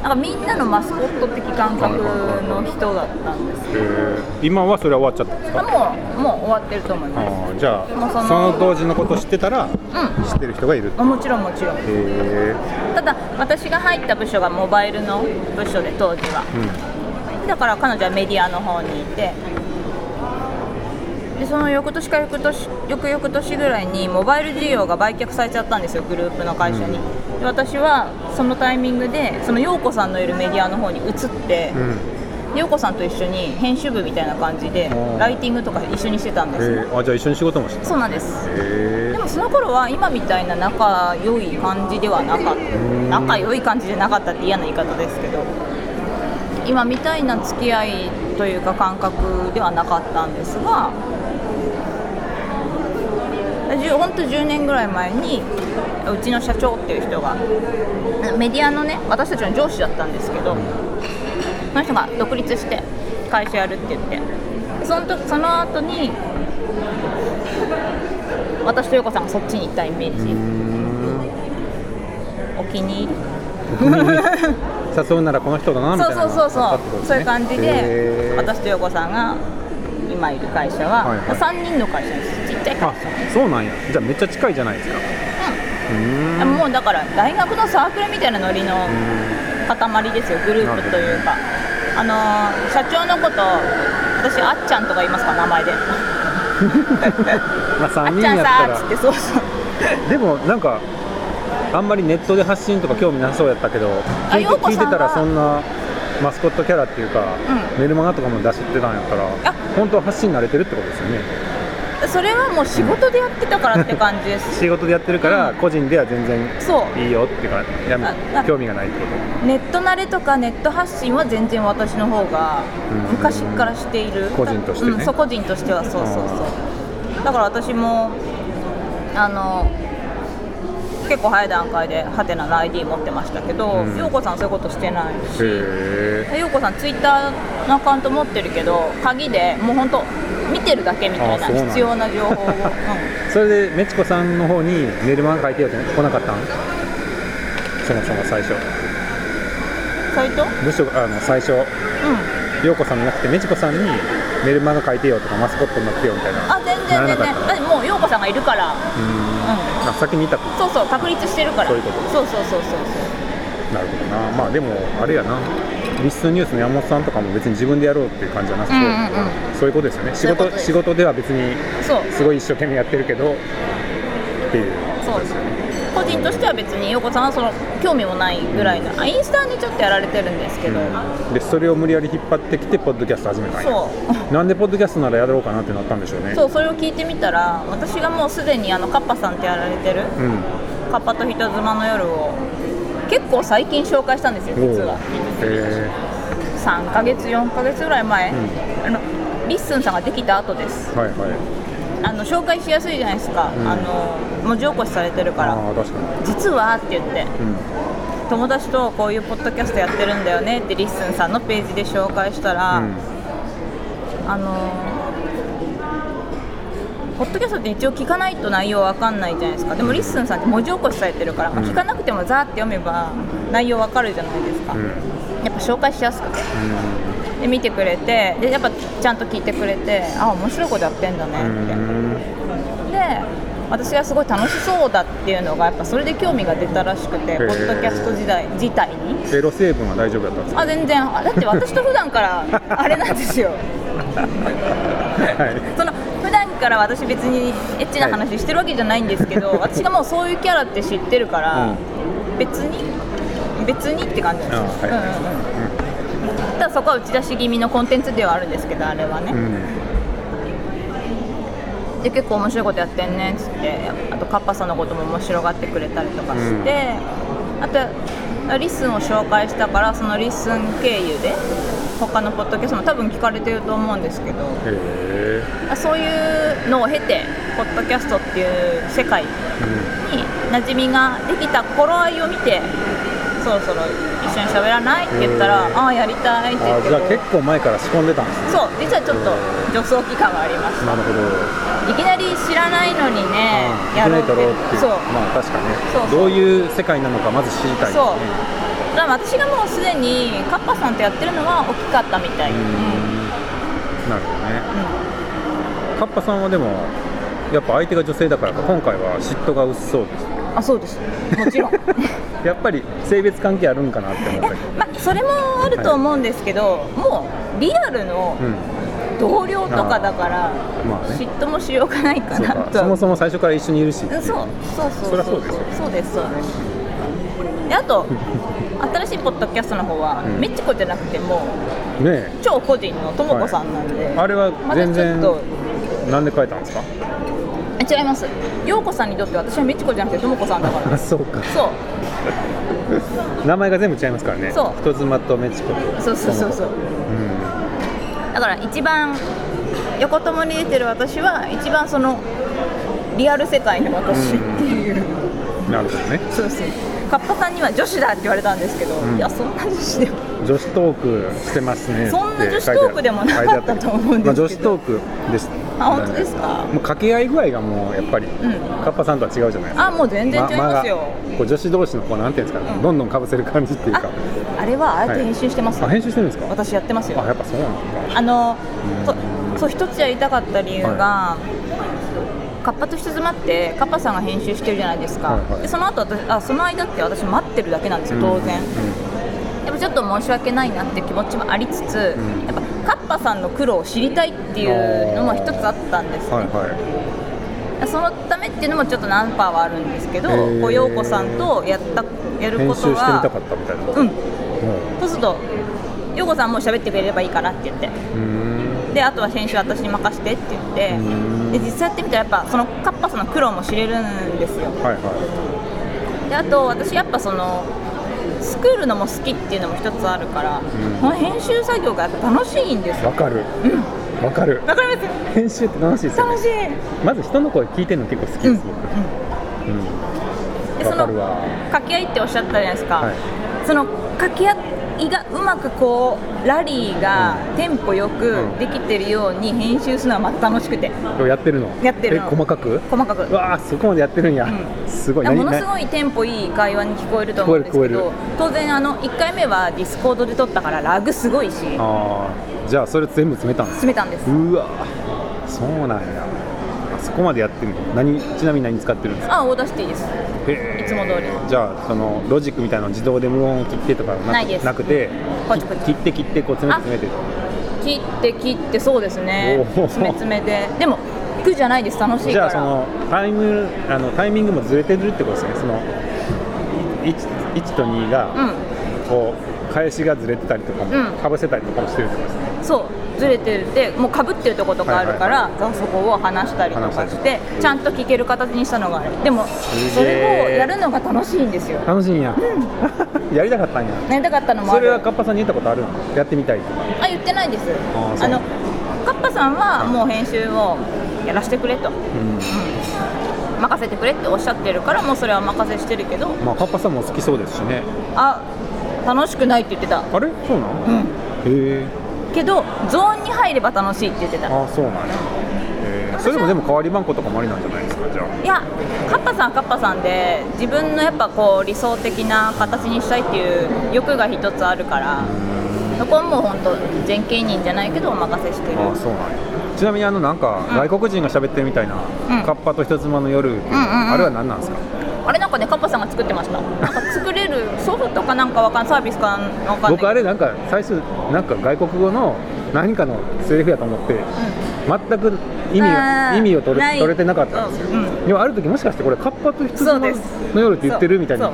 S2: なんかみんなのマスコット的感覚の人だったんです
S1: えー今はそれは終わっちゃったんですか
S2: もうもう終わってると思い
S1: あ
S2: ま
S1: ーじゃ
S2: もうそ
S1: あ
S2: の
S1: その当時のこと知ってたら
S2: す
S1: 知ってる人がいる
S2: うんもちろんもちろん
S1: え
S2: ただ私が入った部署がモバイルの部署で当時は
S1: うん
S2: だから彼女はメディアの方にいてでその翌年か翌年翌々年ぐらいにモバイル事業が売却されちゃったんですよグループの会社に、で私はそのタイミングでその陽子さんのいるメディアの方に移って
S1: うん
S2: で陽子さんと一緒に編集部みたいな感じで
S1: ー
S2: ライティングとか一緒にしてたん
S1: え
S2: ですよ
S1: ーあじゃあ一緒に仕事もしてた
S2: そうなんです
S1: え
S2: でもその頃は今みたいな仲良い感じではなかった仲良い感じでなかったって嫌な言い方ですけど今みたいな付き合いというか感覚ではなかったんですがじゅ本当10年ぐらい前にうちの社長っていう人がメディアのね私たちの上司だったんですけど、その人が独立して会社やるって言ってその時その後に私と陽子さんがそっちに行ったイメージお気に入り
S1: 誘うならこの人だなみた
S2: そう
S1: いな
S2: そう
S1: の
S2: そう
S1: があった
S2: そ
S1: ってこと
S2: う
S1: ですね
S2: そういう感じで
S1: へー
S2: 私と陽子さんが今いる会社は、
S1: はいはい
S2: 3人の会社ですちっちゃい会
S1: あ
S2: 社、
S1: そうなんやじゃあめっちゃ近いじゃないですか
S2: でももうだから大学のサークルみたいなノリの塊ですよグループというかあのー社長のこと私あっちゃんとか言いますか名前であ
S1: まあ3
S2: っ
S1: 人
S2: ちゃん
S1: やっ
S2: さ
S1: た
S2: ーっつっ
S1: ら
S2: てそうそう
S1: でもなんかあんまりネットで発信とか興味なそうやったけど聞いて
S2: ようこさん
S1: 聞
S2: は
S1: いてたらそんなマスコットキャラっていうか、メルマガとかも出してたんやったら
S2: あ
S1: 本当は発信慣れてるってことですよね
S2: それはもう仕事でやってたからって感じです
S1: 仕事でやってるから個人では全然
S2: そう
S1: いいよっていうかやめ
S2: ああ
S1: 興味がないってこと
S2: ネット慣れとかネット発信は全然私の方が
S1: うん
S2: 昔からしている
S1: 個人としてね
S2: うん、そう個人としてはそうそうそうだから私もあの結構早い段階でハテナの ID 持ってましたけど
S1: うん
S2: 陽子、さんそういうことしてないし
S1: へ
S2: で陽子さんツイッターのアカウント持ってるけど鍵でもう本当見てるだけみたいな
S1: あそうなんだ
S2: 必要な情報を、うん
S1: それでメチコさんの方にメルマガ書いてよって来なかったんそもそも最初
S2: サイト、うん、
S1: 部署があの最初陽子さんじゃなくてメチコさんにメルマガ書いてよとかマスコットになってよみたいな
S2: あ全然
S1: ならな
S2: 全
S1: か
S2: 然
S1: った
S2: だってもう陽子さんがいるから、
S1: うーん
S2: うん、
S1: あ先にいたく
S2: そうそう確立してるから
S1: そういうこと
S2: そうそうそうそうそう
S1: なるほどなまあでもあれやなリストニュースの山本さんとかも別に自分でやろうっていう感じじゃなくて、
S2: うんうん
S1: そういうことですよね仕
S2: そういうこと
S1: 事
S2: です
S1: 仕事では別に
S2: そう
S1: すごい一生懸命やってるけどっていう
S2: そうです個人としては別に陽子さんはその興味もないぐらいの、あインスタにちょっとやられてるんですけ
S1: う
S2: ど、
S1: んでそれを無理やり引っ張ってきてポッドキャスト始めたんや
S2: そう
S1: なんでポッドキャストならやろうかなってなったんでしょうね
S2: そうそれを聞いてみたら私がもうすでにあのカッパさんってやられてる
S1: うん
S2: カッパと人妻の夜を結構最近紹介したんですよ実
S1: お
S2: は
S1: うへ
S2: 3ヶ月4ヶ月ぐらい前、
S1: うん
S2: あのリッスンさんができた後です
S1: えはいはい
S2: あの紹介しやすいじゃないですか、
S1: うん
S2: あの文字起こしされてるか
S1: あ
S2: ら
S1: あー確かに
S2: 実はって言って
S1: うん
S2: 友達とこういうポッドキャストやってるんだよねってリッスンさんのページで紹介したら、あのーポッドキャストって一応聞かないと内容わかんないじゃないですかでもリッスンさんって文字起こしされてるから、
S1: ん
S2: 聞かなくてもザーって読めば内容わかるじゃないですか、
S1: うんうん
S2: やっぱ紹介しやすくてで見てくれてでやっぱちゃんと聞いてくれてあ面白いことやってんだねっ
S1: う
S2: て、
S1: ん
S2: で私がすごい楽しそうだっていうのがやっぱそれで興味が出たらしくて
S1: へ
S2: ポ
S1: ー
S2: ッドキャスト時代自体に
S1: うんエロ成分は大丈夫だったんです
S2: あ全然あだって私と普段から あれなんですよ
S1: かはい
S2: その普段から私別にエッチな話してるわけじゃないんですけど、私がもうそういうキャラって知ってるから、別に別にって感じなんですよ、
S1: あはい
S2: うんうんうんただそこは打ち出し気味のコンテンツではあるんですけどあれはね、
S1: うん
S2: で結構面白いことやってんねっつってあとカッパさんのことも面白がってくれたりとかして、あとリッスンを紹介したからそのリッスン経由で他のポッドキャストも多分聞かれてると思うんですけど
S1: へ
S2: あそういうのを経てポッドキャストっていう世界に
S1: え
S2: 馴染みができた頃合いを見てそろそろ一緒に喋らないって言ったら、
S1: へー
S2: ああやりたいって
S1: ああ
S2: 言って
S1: じゃあ結構前から仕込んでたんですね
S2: そう実はちょっと助走期間がありました
S1: なるほど
S2: いきなり知らないのにね、
S1: ああ
S2: や
S1: いけな
S2: ろう
S1: い
S2: っ
S1: だろうってい
S2: て
S1: う
S2: そう、
S1: まあ確かね
S2: そうそう
S1: どういう世界なのかまず知りたいですね
S2: そうだから私がもうすでにカッパさんとやってるのは大きかったみたい、
S1: う
S2: うん
S1: んなるほどね
S2: う
S1: カッパさんはでもやっぱ相手が女性だからか今回は嫉妬が薄そうです
S2: んあそうですも ちろん
S1: やっぱり性別関係あるんかなって思ったけど
S2: まあそれもあると思うんですけど、もうリアルの
S1: うん
S2: 同僚とかだから、
S1: まあね
S2: 嫉妬もしようがないか
S1: そう
S2: な
S1: か
S2: と
S1: そ
S2: は
S1: もそも最初から一緒にいるしっていう
S2: うんそうそうそう
S1: そりゃ
S2: そ
S1: そううですよ
S2: そうですそうですであと新しいポッドキャストの方は、
S1: うん
S2: メッチコじゃなくても
S1: ね
S2: う超個人のともこさんなんで、
S1: えあれは
S2: またち
S1: 全
S2: ょっ
S1: 然
S2: と
S1: なんで書いたんですか
S2: あ違います陽子さんにとって私は美智子じゃなくてともこさんだから
S1: あそうか
S2: そう
S1: 名前が全部違いますからね
S2: そう
S1: 人妻とメチコと
S2: そうそうそうそう
S1: うん
S2: だから一番横友に出てる私は一番そのリアル世界の私っていう、
S1: なるほどね
S2: そうそうカッパさんには女子だって言われたんですけど、
S1: ん
S2: いやそんな女子でも
S1: 女子トークしてますねって
S2: そんな女子トークでもなかったと思うんです
S1: ま
S2: けど
S1: あ女子トークです
S2: あ本当ですか
S1: もう掛け合い具合がもうやっぱり、
S2: ん
S1: カッパさんとは違うじゃないですか
S2: あもう全然違いますよ、
S1: 間がこう女子同士のこうなんていうんですかね、
S2: うん
S1: どんどんかぶせる感じっていうか
S2: ああれはああやって編集してます、
S1: あ編集してるんですか
S2: 私やってますよ
S1: あやっぱそうなんだ
S2: あの
S1: うん
S2: そそう一つやりたかった理由が、カッパと人妻ってカッパさんが編集してるじゃないですか、
S1: はいはい
S2: でその後私あその間って私待ってるだけなんですよ当然、でもちょっと申し訳ないなって気持ちもありつつ、
S1: うん
S2: やっぱカッパさんの苦労を知りたいっていうのも一つあったんです
S1: うん
S2: ね、
S1: はいは
S2: そのためっていうのもちょっとナンパはあるんですけど
S1: へー
S2: こう陽子さんとやったや
S1: い
S2: る
S1: 編
S2: こ
S1: 集して
S2: と
S1: みたか
S2: が
S1: ったみたいな
S2: うん
S1: う
S2: そうすると陽子さんも喋ってくれればいいからって言って
S1: ん
S2: であとは編集私に任せてって言
S1: う
S2: っ
S1: ん
S2: てで実際やってみたらやっぱそのカッパさんの苦労も知れるんですよ
S1: はいは
S2: であと私やっぱそのスクールのも好きっていうのも一つあるから、
S1: ん
S2: この編集作業がやっぱ楽しいんです
S1: い
S2: よ
S1: わかるわかる
S2: わかります
S1: 編集って楽しいですよね
S2: 楽しい
S1: まず人の声聞いてるの結構好きです、
S2: うん
S1: 僕
S2: で
S1: うん、
S2: そ
S1: わかる
S2: の
S1: わ
S2: 掛け合いっておっしゃったじゃないですか、
S1: はい
S2: その掛け合いがうまくこうラリーがテンポよくできてるように編集するのはまた楽しくて
S1: やってるの
S2: やってる
S1: え
S2: の
S1: 細かく
S2: 細かく
S1: うわあそこまでやってるんや、
S2: う
S1: すごい
S2: だからものす
S1: 何
S2: ごいテンポいい会話に聞こえると思うんですけ
S1: 聞こ
S2: ど当然あの1回目はディスコードで撮ったからラグすごいし詰
S1: あーじゃあそれ全部詰めたんです
S2: めたんです
S1: うわそうなんやあそこまでやってるの何ちなみに何使ってるんですか
S2: あオーダーシティです
S1: へー
S2: いつも通り
S1: じゃあそのロジックみたいなの自動で無音を切ってとかはなく
S2: ないです
S1: なくて
S2: こっちこっち
S1: 切って切ってこう詰めて詰めて
S2: 切って切ってそうですね
S1: おー
S2: 詰め詰めででも苦じゃないです楽しい
S1: じゃ
S2: から
S1: あそのタイムあのタイミングもずれてるってことですねそのい 1, 1と2が、
S2: う
S1: こう返しがずれてたりとかも、
S2: うん
S1: かぶせたりとかもしてるってことですね
S2: んそうずれてるでもうかぶってるとことかあるから、そこを話したりとか
S1: 話
S2: し
S1: した
S2: てちゃんと聞ける形にしたのがあるでもそ
S1: げえ
S2: れをやるのが楽しいんですよ
S1: 楽しいんや、 やりたかったんや
S2: やりたかったのもあ
S1: それ
S2: る
S1: はカッパさんに言ったことあるのやってみたいとか
S2: あ言ってないです
S1: あーそ
S2: あ
S1: う
S2: のカッパさんはもう編集をやらせてくれと
S1: うん
S2: 任せてくれっておっしゃってるからもうそれは任せしてるけど
S1: まあカッパさんも好きそうですしね
S2: あ楽しくないって言ってた
S1: あれそうなん、
S2: うん
S1: へえ
S2: けどゾーンに入れば楽しいって言ってた
S1: あそうなんやへえそれでもでも代わり番号とかもありなんじゃないですかじゃあ
S2: いやカッパさんはカッパさんで自分のやっぱこう理想的な形にしたいっていう欲が一つあるからそこはもう本当全権人じゃないけどお任せしてる
S1: あそうなんやちなみにあのなんか
S2: うん
S1: 外国人が喋ってるみたいな、
S2: うん
S1: カッパと人妻の夜、
S2: んうん
S1: あれは何なんですか
S2: あれなんかねカッパさんが作ってましたなんか作れるソフトかなんかわかんサービスかわかんない
S1: 僕あれなんか最初なんか外国語の何かのセリフやと思って、全く意味
S2: あ
S1: が
S2: ー
S1: 意味を取れ
S2: ない
S1: 取れてなかったんですよ、
S2: うんう
S1: でもある時もしかしてこれカッパと羊
S2: そう
S1: の
S2: です
S1: の夜って言ってるみたいに
S2: そう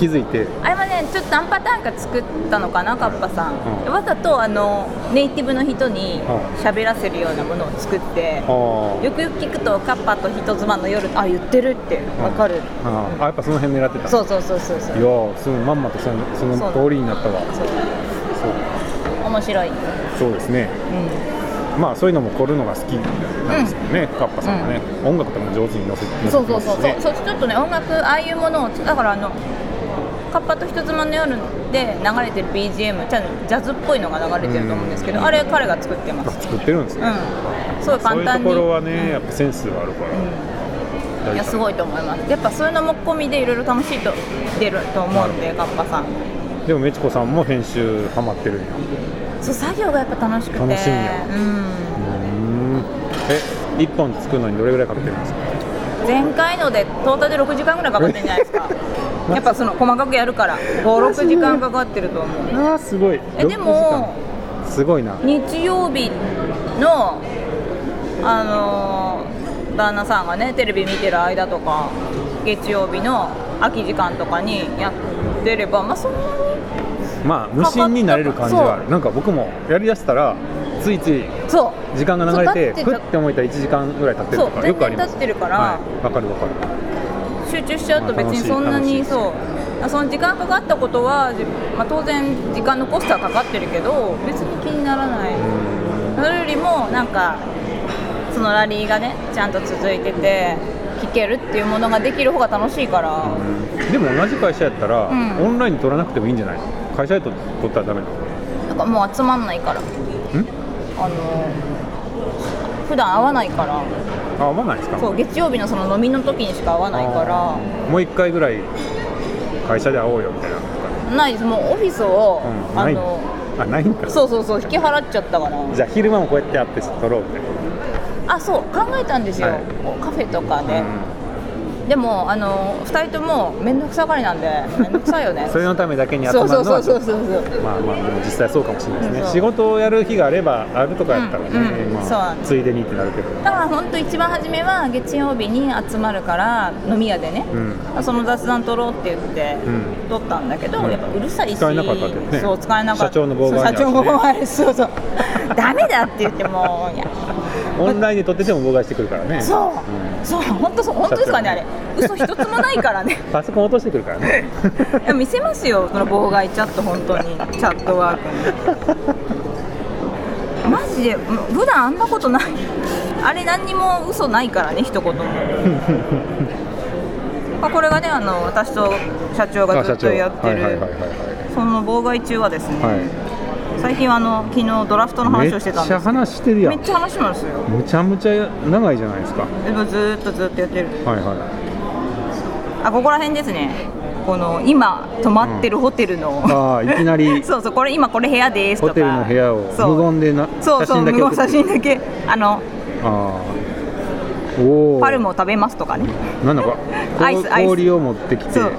S1: 気づいて
S2: あれはねちょっと何パターンか作ったのかなカッパさん、
S1: うん
S2: わざとあのネイティブの人に
S1: う
S2: 喋らせるようなものを作って、
S1: あ
S2: よくよく聞くとカッパと人妻の夜あ言ってるって
S1: あ
S2: わかる、
S1: ああやっぱその辺狙ってた
S2: そうそうそうそうそう
S1: いやーすごいまんまとそのその通りになったわ
S2: そう
S1: そう
S2: 面白い、うん、
S1: そうですねまあそういうのも凝るのが好きなんですよね、カッパさんがね、音楽とかも上手に載せて
S2: そうそうそうそう、
S1: 載せてますしね
S2: そうちょっとね音楽ああいうものをだからあの「カッパと人妻の夜」で流れてる BGM ちゃんとジャズっぽいのが流れてると思うんですけど、
S1: うん
S2: あれ彼が作ってま
S1: あ
S2: す
S1: 作ってるんですね、
S2: うんすご
S1: そう
S2: い
S1: い
S2: 簡
S1: うと
S2: 単に
S1: ころはね、やっぱセンスがあるから、
S2: いやすごいと思いますやっぱそういうのも込みでいろいろ楽しいと出ると思うんでカッパさん
S1: でもめちこさんも編集ハマってるんや
S2: そう作業がやっぱ楽しくて
S1: 楽しいんや
S2: うん
S1: うんえ一本作るのにどれぐらいかかってるんですか
S2: 前回のでトータルで6時間ぐらいかかってんじゃないで すかやっぱその細かくやるから56時間かかってると思う
S1: ああすごい
S2: えでも
S1: すごいな
S2: 日曜日のあのー旦那さんがねテレビ見てる間とか月曜日の空き時間とかにやってればまあそんなに
S1: まあ無心になれる感じはあ
S2: そ
S1: るなんか僕もやりだしたらついつい
S2: そう
S1: 時間が流れて
S2: そ
S1: ふ
S2: う
S1: って思いたら1時間ぐらい経ってると
S2: そう
S1: かよくあります
S2: 全然経ってるから
S1: はいわかるわかる
S2: 集中しちゃうと別にそんなに
S1: まあ
S2: そうその時間かかったことは、じまあ、当然時間のコストはかかってるけど別に気にならないそれよりもなんかそのラリーがねちゃんと続いてて聞けるっていうものができる方が楽しいから
S1: でも同じ会社やったら、
S2: うん
S1: オンライン取らなくてもいいんじゃないの会社で取ったらダメなの
S2: なんかもう集まんないから
S1: ん
S2: あの普段会わないから
S1: あ合わないですか
S2: そう月曜日のその飲みの時にしか会わないから。
S1: もう一回ぐらい会社で会おうよみたいな、
S2: ないですもうオフィスを、
S1: うん、
S2: あ
S1: ない
S2: の
S1: あないんか
S2: そうそうそう引き払っちゃったから
S1: じゃあ昼間もこうやって会って撮ろうみたいな
S2: あそう考えたんですよ、
S1: はい
S2: カフェとかで、
S1: う
S2: でもあの2人とも面倒くさがりなんで面倒くさいよね
S1: ん それのためだけに集ま
S2: そ
S1: るの
S2: うそう
S1: は
S2: そうそうそうそう
S1: まあまあでも実際そうかもしれないです
S2: そ
S1: ね
S2: う
S1: 仕事をやる日があればあるとかやったらね、
S2: うんうんそ
S1: ま
S2: うな
S1: あ
S2: ん、です
S1: ついでにってなるけど
S2: だから本当一番初めは月曜日に集まるから飲み屋でね、
S1: うん
S2: その雑談取ろうって言って
S1: うん
S2: 取ったんだけど、
S1: うん
S2: やっぱうるさいし
S1: 使えなかったわけですね
S2: そう使えなかった
S1: 社長の妨害になるし
S2: そう社長の妨害あるそうそうダメだって言ってもいや
S1: オンラインで撮ってても妨害してくるからね
S2: そう、
S1: ん
S2: そう本当そう本当ですかねあれ
S1: 社
S2: 嘘一つもないからね
S1: パソコン落としてくるからね
S2: いや見せますよその妨害チャット本当にチャットワークにマジでもう普段あんなことないあれ何にも嘘ないからね一言もまあこれがねあの私と社長がずっとやって
S1: はいはい
S2: る
S1: はいはい
S2: その妨害中はですね、
S1: はい、はい
S2: 最近はあの昨日ドラフトの話をしてた
S1: め
S2: んで
S1: っち
S2: す
S1: ゃ話してるや
S2: めっ
S1: ん
S2: ちゃ話しますよ
S1: むちゃむちゃ長いじゃないですかは
S2: でもずーっとずーっとやってる
S1: いはい
S2: あここら辺ですねこの今泊まってるホテルの、
S1: あ あいきなり
S2: そうそうこれ今これ部屋です
S1: ホ
S2: とか
S1: テルの部屋を
S2: そう
S1: 無言でな
S2: そう
S1: 写
S2: そう
S1: 真だけ
S2: 無
S1: 送
S2: 言
S1: って
S2: 写真だけあの
S1: ああおお
S2: パルムを食べますとかね
S1: なんだかこう
S2: アイスアイス
S1: 氷を持ってきて
S2: そう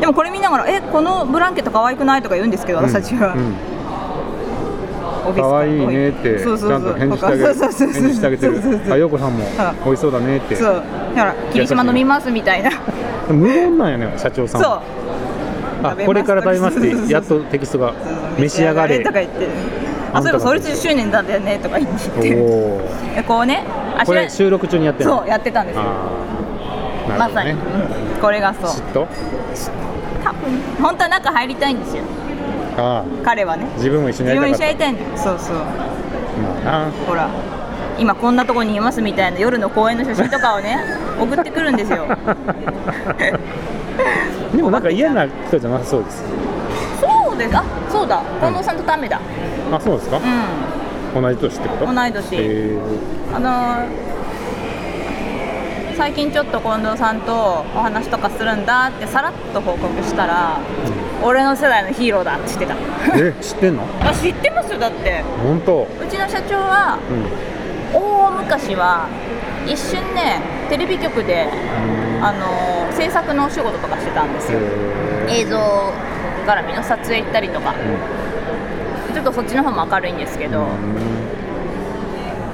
S2: でもこれ見ながら「えこのブランケット可愛くない?」とか言うんですけど
S1: うん
S2: 私たちは、
S1: うん
S2: オフィス
S1: 可愛いねってちゃ
S2: そうんそうそう
S1: と返事してあげる
S2: そうそうそうそう
S1: 返事してあげてる
S2: そうそうそう
S1: あ陽子さんも
S2: ん
S1: 美味しそうだねって
S2: そうだから霧島飲みますみたいな
S1: 無言なんやね社長さん
S2: そう
S1: はあこれから食べますっ
S2: そうそう
S1: て
S2: そう
S1: やっとテキストが「召し上がれ」
S2: とか言ってあそういえば創立10周年だったよねとか言って
S1: おお
S2: でこうねあ
S1: これ
S2: 知ら
S1: 収録中にやってる
S2: そうやってたんですよ
S1: ああな
S2: ま
S1: るほど
S2: さに、
S1: ね
S2: うんこれがそう
S1: 嫉妬
S2: 多分本当は中入りたいんですよ
S1: ああ
S2: 彼はね
S1: 自分も一緒に
S2: 自
S1: やり
S2: 分
S1: た
S2: に
S1: か
S2: し
S1: った
S2: やりたいんだよそうそう
S1: たまあな
S2: ほら今こんなとこにいますみたいな夜の公園の写真と かをね送ってくるんですよ
S1: でもなんか嫌な人じゃなさそうです
S2: そうですあそうだ近藤さんとダメだ
S1: あそうですか
S2: う、ん、
S1: 同じ年ってこと
S2: 同い年
S1: へえ
S2: あのー最近ちょっと近藤さんとお話とかするんだってさらっと報告したら、俺の世代のヒーローだって言ってた
S1: え知ってんの
S2: あ知ってますよだって
S1: 本当
S2: うちの社長は
S1: うん
S2: 大昔は一瞬ねテレビ局で、あのー制作のお仕事とかしてたんですよ、
S1: へえ
S2: 映像絡みの撮影行ったりとか、ちょっとそっちの方も明るいんですけど、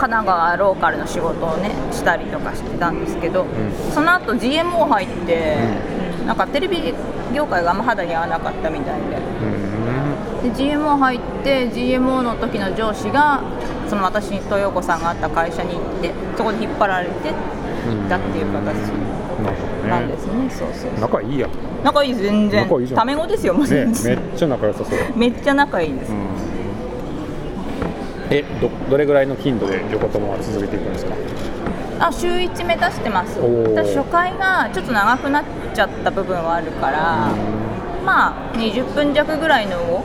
S2: 神奈川ローカルの仕事をねしたりとかしてたんですけど、その後 GMO 入って、なんかテレビ業界があんま肌に合わなかったみたいで。で GMO 入って GMO の時の上司がその私と陽子さんがあった会社に行ってそこで引っ張られて行ったっていう形
S1: なるほど
S2: なんで
S1: ね
S2: すねそうそうそう
S1: 仲いいやんね
S2: 仲いいです全然
S1: 仲いいじゃん
S2: タメ語ですよもう
S1: め
S2: 全
S1: っ
S2: 然、
S1: ちゃ仲良さそう
S2: めっちゃ仲いいです、
S1: えどどれぐらいの頻度で横友は続けていくんですか
S2: あ週1目指してます
S1: おー
S2: ただ初回がちょっと長くなっちゃった部分はあるから、まあ20分弱ぐらいのを、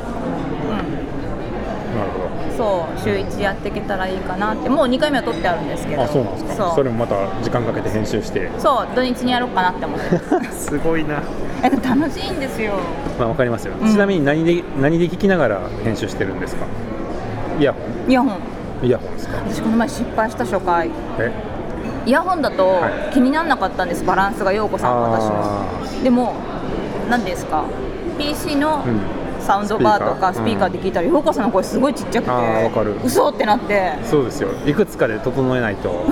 S1: なるほど
S2: うん、そう週1やっていけたらいいかなってもう2回目は取ってあるんですけど
S1: あそうなんですか
S2: そ
S1: そうれもまた時間かけて編集して
S2: そう土日にやろうかなって思ってます
S1: すごいな
S2: え楽しいんですよ
S1: まあわかりますよ、
S2: ん
S1: ちなみに何で何で聞きながら編集してるんですかイヤホ
S2: イヤホン
S1: ンイヤホンですか
S2: 私この前失敗した初回
S1: え
S2: イヤホンだと
S1: はい
S2: 気にならなかったんですバランスが陽子さんと私の
S1: あ
S2: でも何ですか PC の、
S1: うん
S2: サウンドバーとか
S1: ス
S2: ス
S1: ピ
S2: ピ
S1: ー
S2: ー
S1: カ
S2: カ
S1: ー
S2: ーで聞いたら陽子さんの声すごいちっちゃくて
S1: あーわかる
S2: 嘘ってなって
S1: そうですよいくつかで整えないと、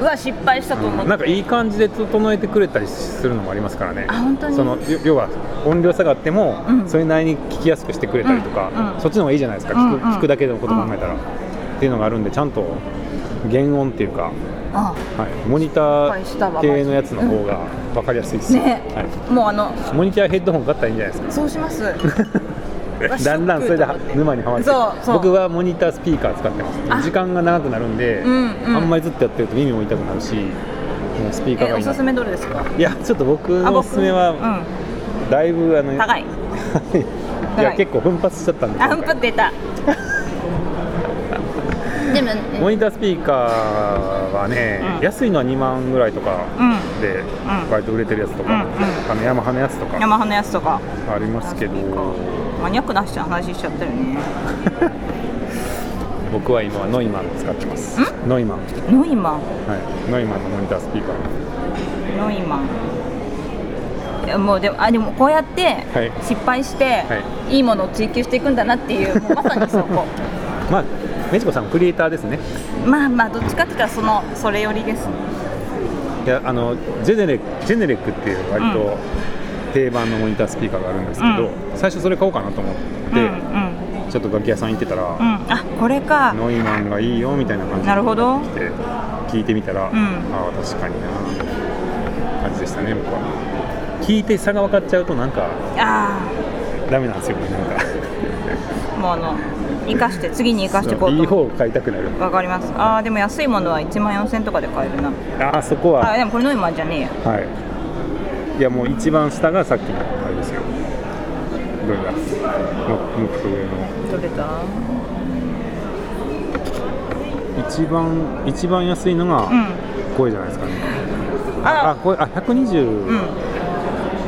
S2: うわ失敗したと思って、
S1: なんかいい感じで整えてくれたりするのもありますからね
S2: あ本当に
S1: そのよ要は音量下がっても、
S2: うん
S1: それなりに聞きやすくしてくれたりとか、
S2: うんうん
S1: そっちの方がいいじゃないですか、
S2: うん
S1: 聞
S2: うん
S1: く聞くだけのこと考えたら、っていうのがあるんでちゃんと原音っていうか、
S2: あ
S1: はい、モニタ
S2: 失敗した
S1: ー
S2: わ
S1: 系のやつの方が分かりやすいですよ、
S2: ね
S1: はい
S2: もうあの
S1: モニターヘッドホン買ったらいいんじゃないです
S2: そう します
S1: か。だんだんそれで沼にはまって
S2: そうそう
S1: 僕はモニタースピーカー使ってます
S2: あ
S1: 時間が長くなるんで、
S2: うんうん
S1: あんまりずっとやってると耳も痛くなるしもうスピーカー
S2: え
S1: が
S2: お
S1: いいな
S2: すすめどれですか
S1: いやちょっと僕のおすすめ
S2: う
S1: は
S2: ん、
S1: だいぶあの
S2: 高い
S1: いや
S2: 高い
S1: 結構奮発しちゃったんで
S2: あ
S1: 今
S2: ふ
S1: 回
S2: んぷっ てたでもね
S1: モニタースピーカーはね、
S2: うん
S1: 安いのは2万ぐらいとか
S2: うん
S1: で、割と売れてるやつとか、
S2: うんうん
S1: あのヤマハのやつとか
S2: ヤマハのやつとか
S1: ありますけど
S2: スピーカーマニアックな人の話しちゃったよね
S1: 僕は今はノイマン使ってますノイマン、
S2: ノイマン
S1: はい、ノイマンのモニタースピーカー
S2: ノイマンいやもうでもあでもこうやって
S1: はい
S2: 失敗して、、
S1: はい
S2: いものを追求していくんだなっ ていうもうまさにそこ
S1: まあ、メチコさんクリエイターですね。
S2: まあまあどっちかって言ったらそのそれよりですね
S1: いや、あのジェネレックジェネレックっていう割と定番のモニタースピーカーがあるんですけど、最初それ買おうかなと思って、
S2: うんうん
S1: ちょっと楽器屋さん行ってた
S2: う
S1: ら、
S2: ん、あこれか
S1: ノイマンがいいよみたいな感じで
S2: なるほど
S1: 来て聞いてみたら、
S2: ん
S1: ああ確かになみたいな感じでしたね僕は。聞いて差が分かっちゃうとなんか
S2: あ
S1: ダメなんですよねなんか。
S2: あもうあの生かして次に生かしていこう
S1: いい
S2: と
S1: 方を買いたくなる。
S2: わかりますああでも安いものは1万4000円とかで買えるな
S1: ああそこは
S2: あでもこれノイマンじゃねえや
S1: はい。いやもう一番下がさっきのあれですよ。どれだ。ももっと上の
S2: 取れた
S1: 一番一番安いのが
S2: うん
S1: これじゃないですかね。あ
S2: あ
S1: これあ百二十
S2: うん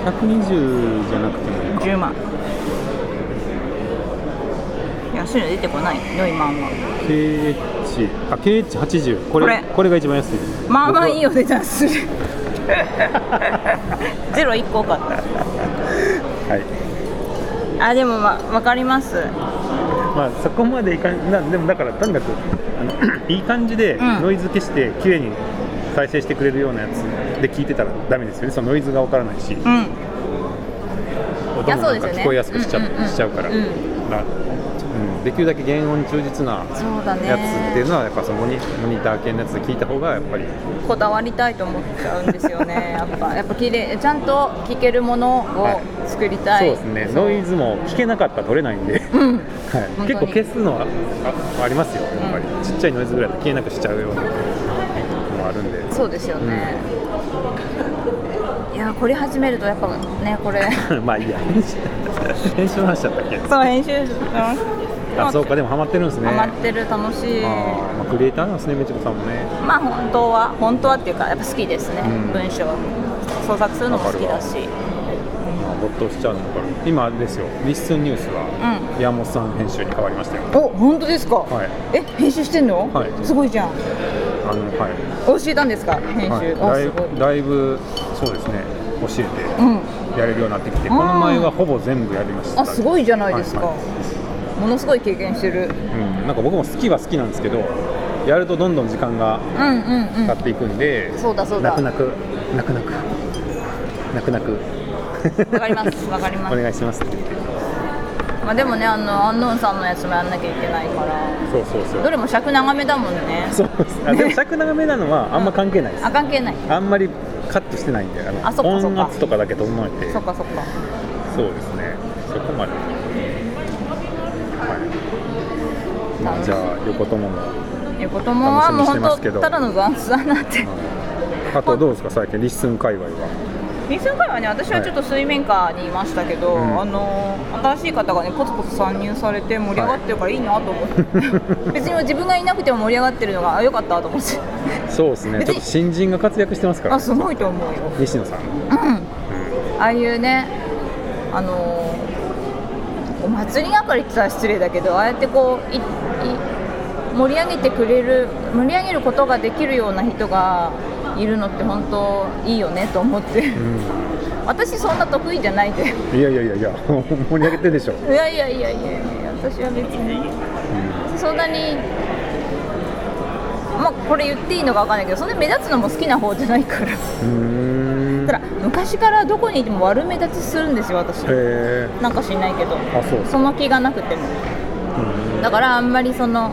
S1: 百二十じゃなくてもいいか。
S2: 10万安いの出てこないノイマンは
S1: KH あ KH 八十これこ
S2: こ
S1: れ
S2: れ
S1: が一番安い。
S2: まあまあいい
S1: よ。
S2: よ出たする ゼロ1個多かっ
S1: はい。
S2: たあでもわ、分かります
S1: まあ、そこまでいかんなでもだからとにかくあのいい感じで
S2: うん
S1: ノイズ消して綺麗に再生してくれるようなやつで聞いてたらダメですよねそのノイズがわからないし、
S2: うん
S1: 音も
S2: いやそう
S1: な
S2: で
S1: ん
S2: す
S1: か
S2: よね
S1: 聞こえやすくしちゃ,、
S2: うんうんうん
S1: しちゃうから、
S2: うん
S1: まあうんできるだけ原音に忠実な
S2: そうだね
S1: やつっていうのはやっぱそのモニモニター系のやつで聞いた方がやっぱり
S2: こだわりたいと思っちゃうんですよ ねやっぱやっぱ綺麗ちゃんと聞けるものを作りたい、
S1: そうですねノイズも聞けなかったら取れないんで、
S2: うん
S1: はい、
S2: 本当
S1: 結
S2: に
S1: 構消すのはあありますよやっぱり、
S2: う
S1: ちっちゃいノイズぐらいで消えなくしちゃうようなのもあるんで
S2: そうですよね、いやこれ始めるとやっぱねこれ
S1: まあいいや編集編集の話だったっけ
S2: そう編集
S1: あそうかでもハマってるんですね
S2: ハマってる楽しい
S1: あーまあクリエイターなんですねめちこさんもね
S2: まあ本当は本当はっていうかやっぱ好きですね、
S1: うん
S2: 文章創作するのも好きだし
S1: まあ没頭しちゃうのから今あれですよ「リッスンニュース」は山本さん編集に変わりましたよ
S2: お本当ですか、
S1: はい
S2: え編集してんの、
S1: はい
S2: すごいじゃん
S1: あのはい、
S2: 教えたんですか編集、あ
S1: はい、
S2: す
S1: だ
S2: ごい
S1: いだいぶそうですね教
S2: う
S1: え
S2: ん
S1: てやれるようになってきて
S2: あー
S1: この前はほぼ全部やりました
S2: あすごいじゃないですか、
S1: は
S2: ものすごい経験してる
S1: うん、なんか僕も好きは好きなんですけどやるとどんどん時間が
S2: うんうんうん
S1: 経っていくんで、
S2: そうだそうだ
S1: 泣く泣く泣く泣く泣く泣く
S2: わかりますわかり
S1: お
S2: ます
S1: 願いしますって言って
S2: まあでもねあのアンノーンさんのやつもやんなきゃいけないから
S1: そうそうそ
S2: ど
S1: う
S2: れも尺長めだもんね
S1: そうですあでも尺長めなのはあんま関係ないです
S2: あ関係ない
S1: あんまりカットしてないんであの
S2: あそっかそっ
S1: 音
S2: か
S1: 圧とかだけ整えて
S2: そっかそっか
S1: そうですねそこまではい、まあ、じゃあ横友も
S2: 横友はもう
S1: 楽しみにしてます
S2: 本
S1: け
S2: 当
S1: ど
S2: ただの雑誌だなって
S1: あとどうですか最近リッスン界隈は
S2: 水曜会はね私はちょっと水面下にいましたけど、
S1: うん
S2: あの新しい方がねポツポツ参入されて盛り上がってるからいいなと 思って、別に自分がいなくても盛り上がってるのがあ良かったと思って
S1: そうですね
S2: 別
S1: ちょ
S2: に
S1: っと新人が活躍してますか
S2: あ
S1: ら
S2: すごいと思うよ
S1: 西野さん
S2: ああいうねあのーお祭り係って言ったら失礼だけどああやってこういい盛り上げてくれる盛り上げることができるような人がいるのって本当いいよねと思って、
S1: う
S2: 私そんな得意じゃないんで
S1: んいやいやいやいや 盛り上げてるでしょ、
S2: いやいやいやいやいや私は別にそんなにまあこれ言っていいのかわかんないけどそんなに目立つのも好きな方じゃないから
S1: うんうーん
S2: ただ昔からどこにいても悪目立ちするんですよ私
S1: へえ
S2: なんか知んないけど
S1: あそう
S2: その気がなくても
S1: うん
S2: だからあんまりその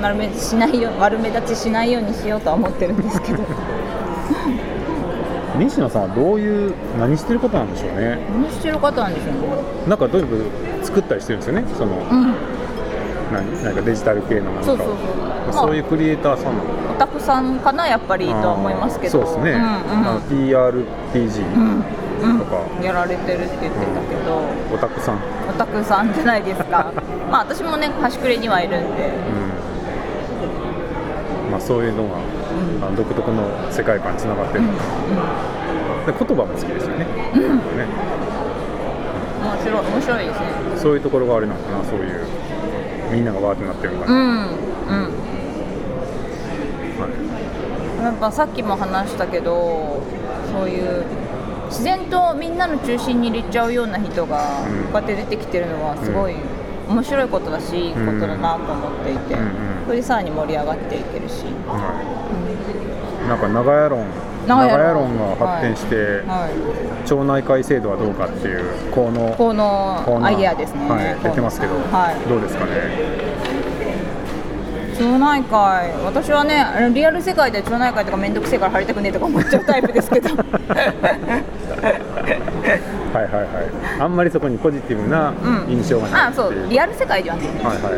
S2: 丸めしないよ悪目立ちしないようにしようとは思ってるんですけど
S1: 西野さんはどういう何してることなんでしょうね
S2: 何してる方なんでしょうね
S1: なんかとにかく作ったりしてるんですよねその
S2: うん
S1: 何なんかデジタル系のなんか
S2: そうそうそう
S1: そういうクリエイターさんなの
S2: オタクさんかなやっぱりとは思いますけど
S1: あーそうですね、
S2: ん
S1: あの PRPG、
S2: うん
S1: とか
S2: うんやられてるって言ってたけど、
S1: オタクさん、うん、
S2: オタクさんじゃないです かまあ私もね端くれにはいるんで
S1: まあそういうのが、あの独特の世界観につながってる、で言葉も好きですよね,、ね
S2: 面白い面白いですね
S1: そういうところがあれなのかなそういうみんながわーってなってるのか
S2: う
S1: な、
S2: んうん
S1: はい
S2: なんかさっきも話したけどそういう自然とみんなの中心に入れちゃうような人がこ
S1: うん
S2: うやって出てきてるのはすごい面白いことだし、いいことだなと思っていて、
S1: うんうん
S2: それでさらに盛り上がっていけるし、
S1: はいなんか長屋論
S2: 長
S1: 長
S2: 屋論
S1: 屋論が発展して、
S2: はい、
S1: 町内会制度はどうかっていうこの
S2: このアイデアですね、
S1: はい、出てますけど、
S2: はい
S1: どうですかね
S2: 町内会私はねあのリアル世界で町内会とか面倒くせえから入りたくねえとか思っちゃうタイプです けど
S1: はいはいはいあんまりそこにポジティブな
S2: うん
S1: 印象がない
S2: あ
S1: ってい、
S2: そううリアル世界ではね、
S1: はいは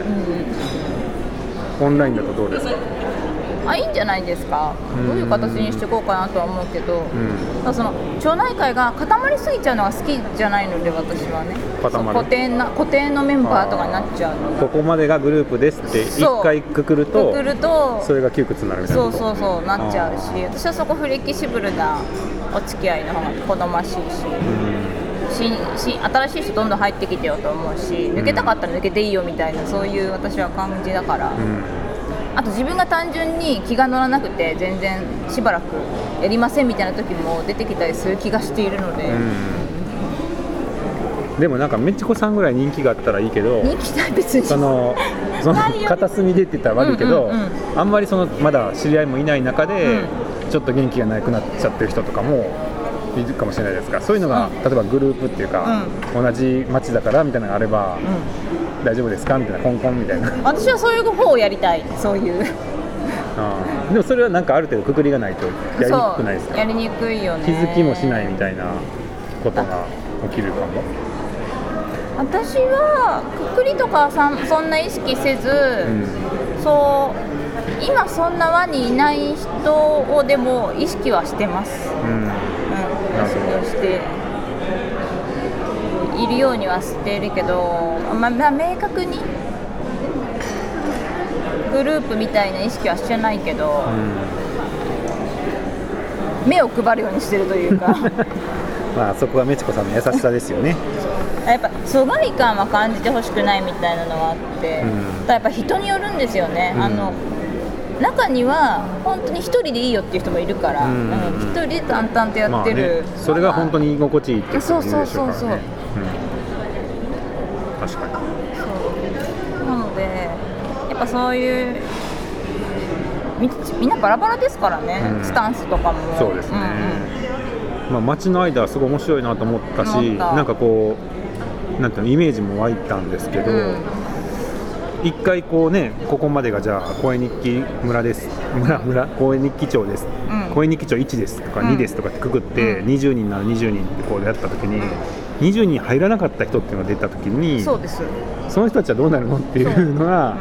S1: い、オンラインだとどうですか、
S2: あいいんじゃないですか、
S1: うん
S2: どういう形にしていこうかなとは思うけど、
S1: ん
S2: ただその町内会が固まりすぎちゃうのが好きじゃないので私はね
S1: 固まる
S2: そう固定な固定のメンバーとかになっちゃうの
S1: ここまでがグループですって
S2: そう
S1: 一回くくる
S2: と
S1: と
S2: くると
S1: それが窮屈になるみたいな
S2: そう
S1: こと
S2: そうそうなっちゃう
S1: あ
S2: し私はそこフレキシブルなお付き合いの方が好ましいし新新新しい人どんどん入ってきてよと思うし抜けたかったら抜けていいよみたいなそういう私は感じだから、
S1: うんうん
S2: あと自分が単純に気が乗らなくて全然しばらくやりませんみたいな時も出てきたりする気がしているので、
S1: うんでもなんかめっちゃこさんぐらい人気があったらいいけど
S2: 人気ない別に
S1: そのその
S2: ないよ
S1: 片隅でって言ったら悪いけど、
S2: うんうん
S1: あんまりそのまだ知り合いもいない中で、ちょっと元気がなくなっちゃってる人とかもいるかもしれないですがそういうのが、
S2: うん
S1: 例えばグループっていうか、同じ町だからみたいなのがあれば、
S2: う
S1: 大丈夫ですかみたいなコンコンみたい な、うん
S2: ん、私はそういう方をやりたいそういう
S1: でもそれはなんかある程度くくりがないとやりにくくないです
S2: そう
S1: か
S2: やりにくいよね
S1: 気づきもしないみたいなことが起きるかも
S2: 私はくくりとかさんそんな意識せず、
S1: うん
S2: そう今そんな輪にいない人をでも意識はしてます、
S1: うん
S2: うん、
S1: る
S2: 意
S1: ほど
S2: 識はしているようにはしているけど、まあまあ、明確にグループみたいな意識はしてないけど、
S1: うん
S2: 目を配るようにしてるという か
S1: まあそこが美智子さんの優しさですよね
S2: やっぱ疎外感は感じてほしくないみたいなのはあって、
S1: うん
S2: だからやっぱ人によるんですよね、
S1: うん
S2: あの中には本当に一人でいいよっていう人もいるから、
S1: う
S2: うんん一人で淡々とや
S1: ま
S2: っ
S1: あ
S2: てる、
S1: ねそれが本当
S2: に
S1: に居心地いいっていう人もいるでしょうから
S2: そうそうそうそう
S1: ねうん確かに
S2: なのでやっぱそういうみみんなバラバラですからね、
S1: うん
S2: スタンスとかも
S1: そうですね
S2: んうん、
S1: まあ街の間はすごい面白いなと思ったし
S2: 思った
S1: なんかこうなんていうのイメージも湧いたんですけど、
S2: うん
S1: 一回こうねここまでがじゃあ公園日記村です 村村公園日記町です、
S2: うん
S1: 公園日記町1ですとか
S2: うん
S1: 2ですとかってくくって、
S2: うん
S1: 20人なら20人ってこうやった時に、20人入らなかった人っていうのが出た時に
S2: そうです、
S1: その人たちはどうなるのっていうのが、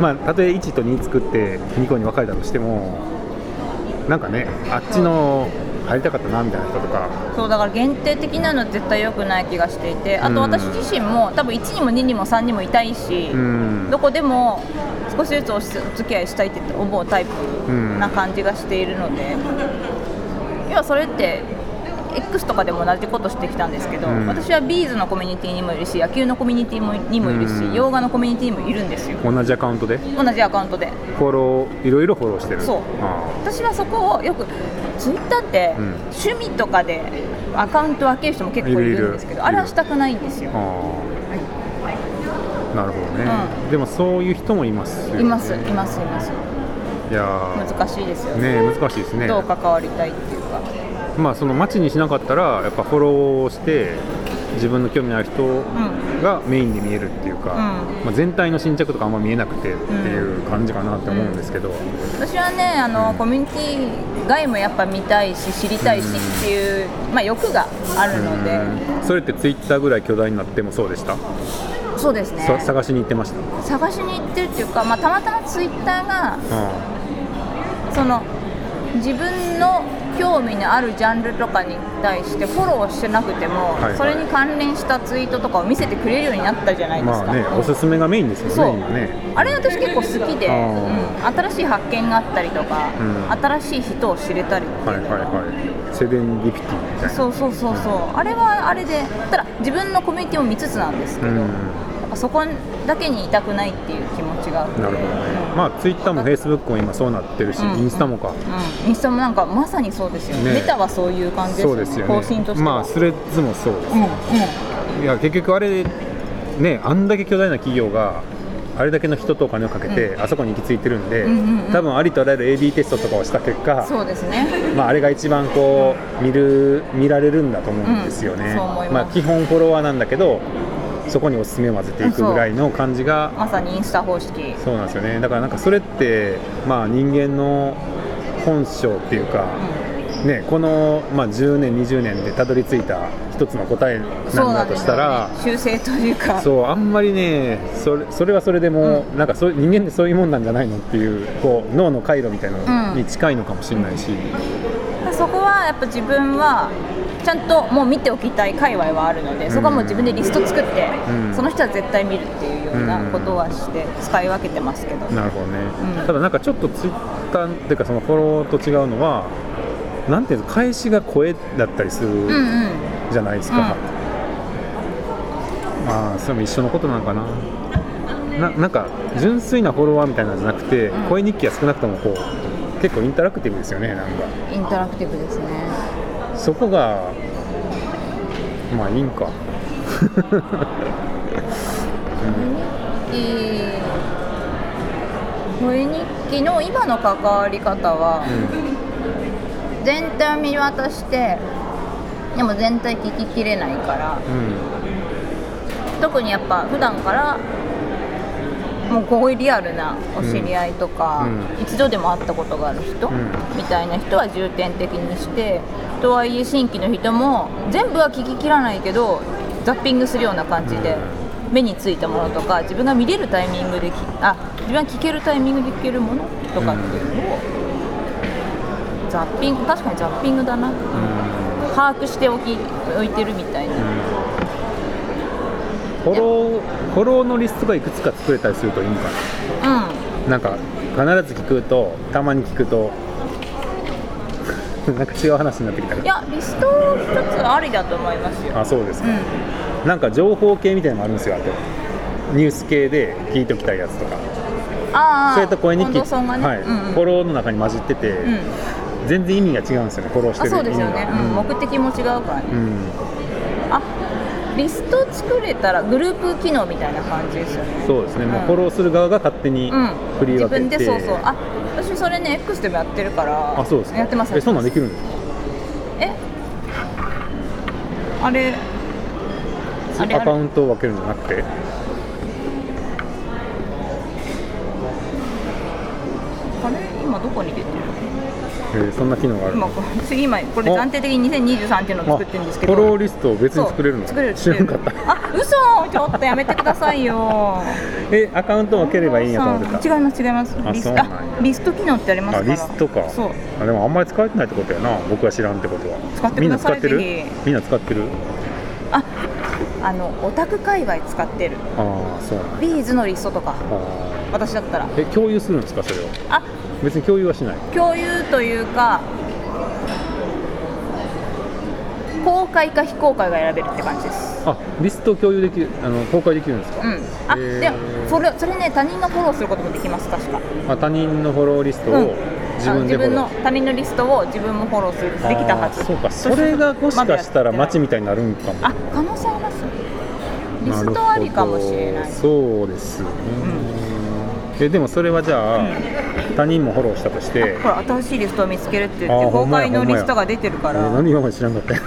S1: まあたとえ1と2作って2個に分かれたとしてもなんかねあっちの入りたかったなみたいな人とか
S2: そうだから限定的なのは絶対良くない気がしていてあと私自身も多分1にも2にも3にもいたいし、
S1: うん
S2: どこでも少しずつお付き合いしたいって思うタイ
S1: う
S2: プ
S1: ん
S2: な感じがしているので、要はそれって X とかでも同じことしてきたんですけど、
S1: うん
S2: 私はビーズのコミュニティにもいるし野球のコミュニティもにもいるし、
S1: うん
S2: 洋画のコミュニティにもいるんですよ
S1: 同じアカウントで
S2: 同じアカウントで
S1: フォローいろいろフォローしてる
S2: そう
S1: あ
S2: 私はそこをよくツイッターって
S1: うん
S2: 趣味とかでアカウント分ける人も結構いるんですけ
S1: いるいる
S2: どあれはしたくないんですよ
S1: あああなるほどね、でもそういう人もいますよね
S2: いますいますいます
S1: いやー
S2: 難しいですよね
S1: ね難しいですね
S2: どう関わりたいっていうか
S1: まあその街にしなかったらやっぱフォローをして自分の興味のある人
S2: ん
S1: がメインで見えるっていうか、
S2: ん
S1: まあ、全体の新着とかあんま見えなくてっていう感じかなって思うんですけど、
S2: 私はねあのコミュニティ外もやっぱ見たいし知りたいしっていう、まあ、欲があるので、
S1: うんそれってツイッターぐらい巨大になってもそうでした、
S2: そうですね
S1: さ探しに行ってました、う
S2: 探しに行ってるっていうか、まあ、たまたまツイッターが
S1: ん
S2: その自分の興味のあるジャンルとかに対してフォローしてなくても、
S1: はいはい
S2: それに関連したツイートとかを見せてくれるようになったじゃないですか、
S1: まあねおすすめがメインですよ
S2: そう
S1: ね今ね
S2: あれ私結構好きで、
S1: あ
S2: うん新しい発見があったりとか、
S1: うん
S2: 新しい人を知れたりって
S1: はいいうはい
S2: のが、
S1: はいセレンディピティみたいな
S2: そうそうそうそうあれはあれでただ自分のコミュニティも見つつなんですけど、
S1: うん
S2: やっぱそこだけにいたくないっていう気持ちがあって
S1: なるほどねまあツイッターもフェイスブックも今そうなってるし、
S2: うん
S1: インスタもか、
S2: うん、インスタもなんかまさにそうですよね
S1: ね
S2: メタはそういう感じです
S1: そ
S2: よ
S1: う
S2: ね
S1: ですよ
S2: 方針と
S1: ね
S2: しては、
S1: まあスレッズもそうです
S2: うんうん
S1: いや結局あれねあんだけ巨大な企業があれだけの人とお金をかけて、あそこに行き着いてるんで、
S2: うんうんうん
S1: 多分ありとあらゆる AB テストとかをした結果、
S2: そうですね
S1: まあ、あれが一番こう見る見られるんだと思うんですよね、
S2: うんそう思います
S1: あ、基本フォロワーなんだけどそこにおすすめを混ぜていくぐらいの感じが
S2: まさにインスタ方式
S1: そうなんですよねだからなんかそれって、まあ、人間の本性っていうか、ね、この、まあ、10年20年でたどり着いた一つの答えなん
S2: そう
S1: だ
S2: なんで
S1: と
S2: す
S1: したら
S2: よ、ね、修正というか
S1: そうあんまりねそれそれはそれでも、なんかそう人間ってそういうもんなんじゃないのっていうこう脳の回路みたいなのに近いのかもしれないし、
S2: そこはやっぱ自分はちゃんともう見ておきたい界隈はあるのでそこはもう自分でリスト作って、
S1: うん
S2: その人は絶対見るっていうようなことはして使い分けてますけど、
S1: なるほどね、
S2: うん
S1: ただなんかちょっとツイッターっていうかそのフォローと違うのはなんていうの返しが声だったりす
S2: うんう
S1: る
S2: ん
S1: じゃないですか、まあそれも一緒のことなのかなななんか純粋なフォロワーみたいなのじゃなくて、
S2: うん
S1: 声日記は少なくともこう結構インタラクティブですよねなんか
S2: インタラクティブですね
S1: そこがまあいいんか
S2: 日記恋日記の今の関わり方は全体見渡してでも全体聞ききれないから特にやっぱ普段からもうこういうリアルなお知り合いとか、
S1: う
S2: 一度でも会ったことがある人、
S1: うん
S2: みたいな人は重点的にしてとはいえ新規の人も全部は聞ききらないけどザッピングするような感じで、目についたものとか自分が見れるタイミングできあ自分が聞けるタイミングで聞けるものとかっていうのを、ザッピング確かにザッピングだな把握しておきおいてるみたいな。
S1: フォローフォローのリストがいくつか作れたりするといいんか
S2: うん
S1: ななんか必ず聞くとたまに聞くと なんか違う話になってきた
S2: い
S1: か
S2: やリスト1つありだと思いますよ
S1: らあそうです
S2: う
S1: か、
S2: ん
S1: なんか情報系みたいなのもあるんですよあとニュース系で聞いておきたいやつとか
S2: ああ
S1: それと声日記、
S2: 近藤さんがね、
S1: はい
S2: うんうん
S1: フォローの中に混じってて、
S2: うん
S1: 全然意味が違うんですよねフォローし
S2: あ
S1: てる
S2: そう
S1: 意
S2: です
S1: 味
S2: よね、うん
S1: が
S2: 目的も違うからね
S1: うん、うん
S2: あリスト作れたらグループ機能みたいな感じですよね
S1: そうですね、もううんフォローする側が勝手に
S2: うん
S1: 振り
S2: 自
S1: 分けて、
S2: 分でそうそうあ私それね X でもやってるから
S1: あそうですか
S2: やってます
S1: えそんなんで
S2: やって
S1: きるんですか
S2: ますえあれあれ
S1: ア
S2: あ
S1: カ
S2: れ
S1: ウントを分けるんじゃなくて
S2: あれ今どこに出てる
S1: えーそんな機能がある
S2: 今
S1: の
S2: これ次今これ暫定的に2023っていうのを
S1: あ
S2: 作ってるんですけ
S1: フ
S2: ど
S1: ォローリストを別に作れるの
S2: そう作れる
S1: 知らなかった
S2: 作れるあ嘘ちょっとやめてくださいよ
S1: えアカウント分ければいいんやと思ってた
S2: 違います違います
S1: あ
S2: リス
S1: そう
S2: ト
S1: なんや
S2: あリスト機能ってあります
S1: あ
S2: から
S1: リストか
S2: そう
S1: あでもあんまり使えてないってことやな僕は知らんってことは
S2: 使って
S1: みん
S2: く
S1: な
S2: だ
S1: 使
S2: さ
S1: っ
S2: い
S1: てる
S2: ぜひ
S1: みんな使ってる
S2: ああのオタク界隈使ってる
S1: ああそうなんや
S2: ビーズのリストとか
S1: あ
S2: 私だったら
S1: ーえ共有するんですかそれを
S2: あ
S1: 別に共有はしない
S2: 共有というか公開か非公開が選べるって感じです
S1: あリスト共有できるあの公開できるんですか、
S2: うんあ
S1: へー
S2: でもそれそれね他人がフォローすることもできます確か
S1: あ他人のフォローリストを自
S2: あ
S1: 分で
S2: 自
S1: フォ
S2: 分
S1: ロ
S2: の
S1: ー
S2: 他人のリストを自分もフォローするできたはず
S1: あーそうかそれがもしかしたら街
S2: み
S1: みたいになるんかも
S2: あ可能性ありますリストありかもしれ
S1: る
S2: ない
S1: ほどそうですね、えでもそれはじゃあ、他人もフォローしたとして
S2: ほら新しいリストを見つけるって言っ
S1: あ
S2: て
S1: ーほ
S2: 公
S1: んまや
S2: 開のリストが出てるか
S1: え
S2: ら
S1: 何今まで知らんかったよ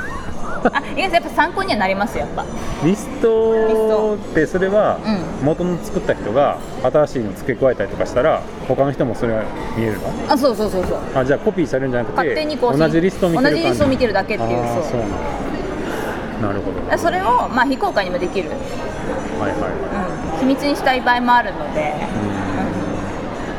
S2: あいややっぱ参考にはなりますやっぱ
S1: リストってそれは
S2: う
S1: 元の作った人が新しいの付け加えたりとかしたら他の人もそれは見えるの
S2: あそうそうそうそう
S1: あじゃあコピーされるんじゃなくて
S2: 勝手に更新
S1: 同じリストを見てる感じ
S2: 同じリストを見てるだけっていう
S1: あー
S2: そう
S1: そうなんだなるほどはい
S2: それをまあ非公開にもできる、
S1: はいは
S2: うん、秘密にしたい場合もあるので
S1: いうん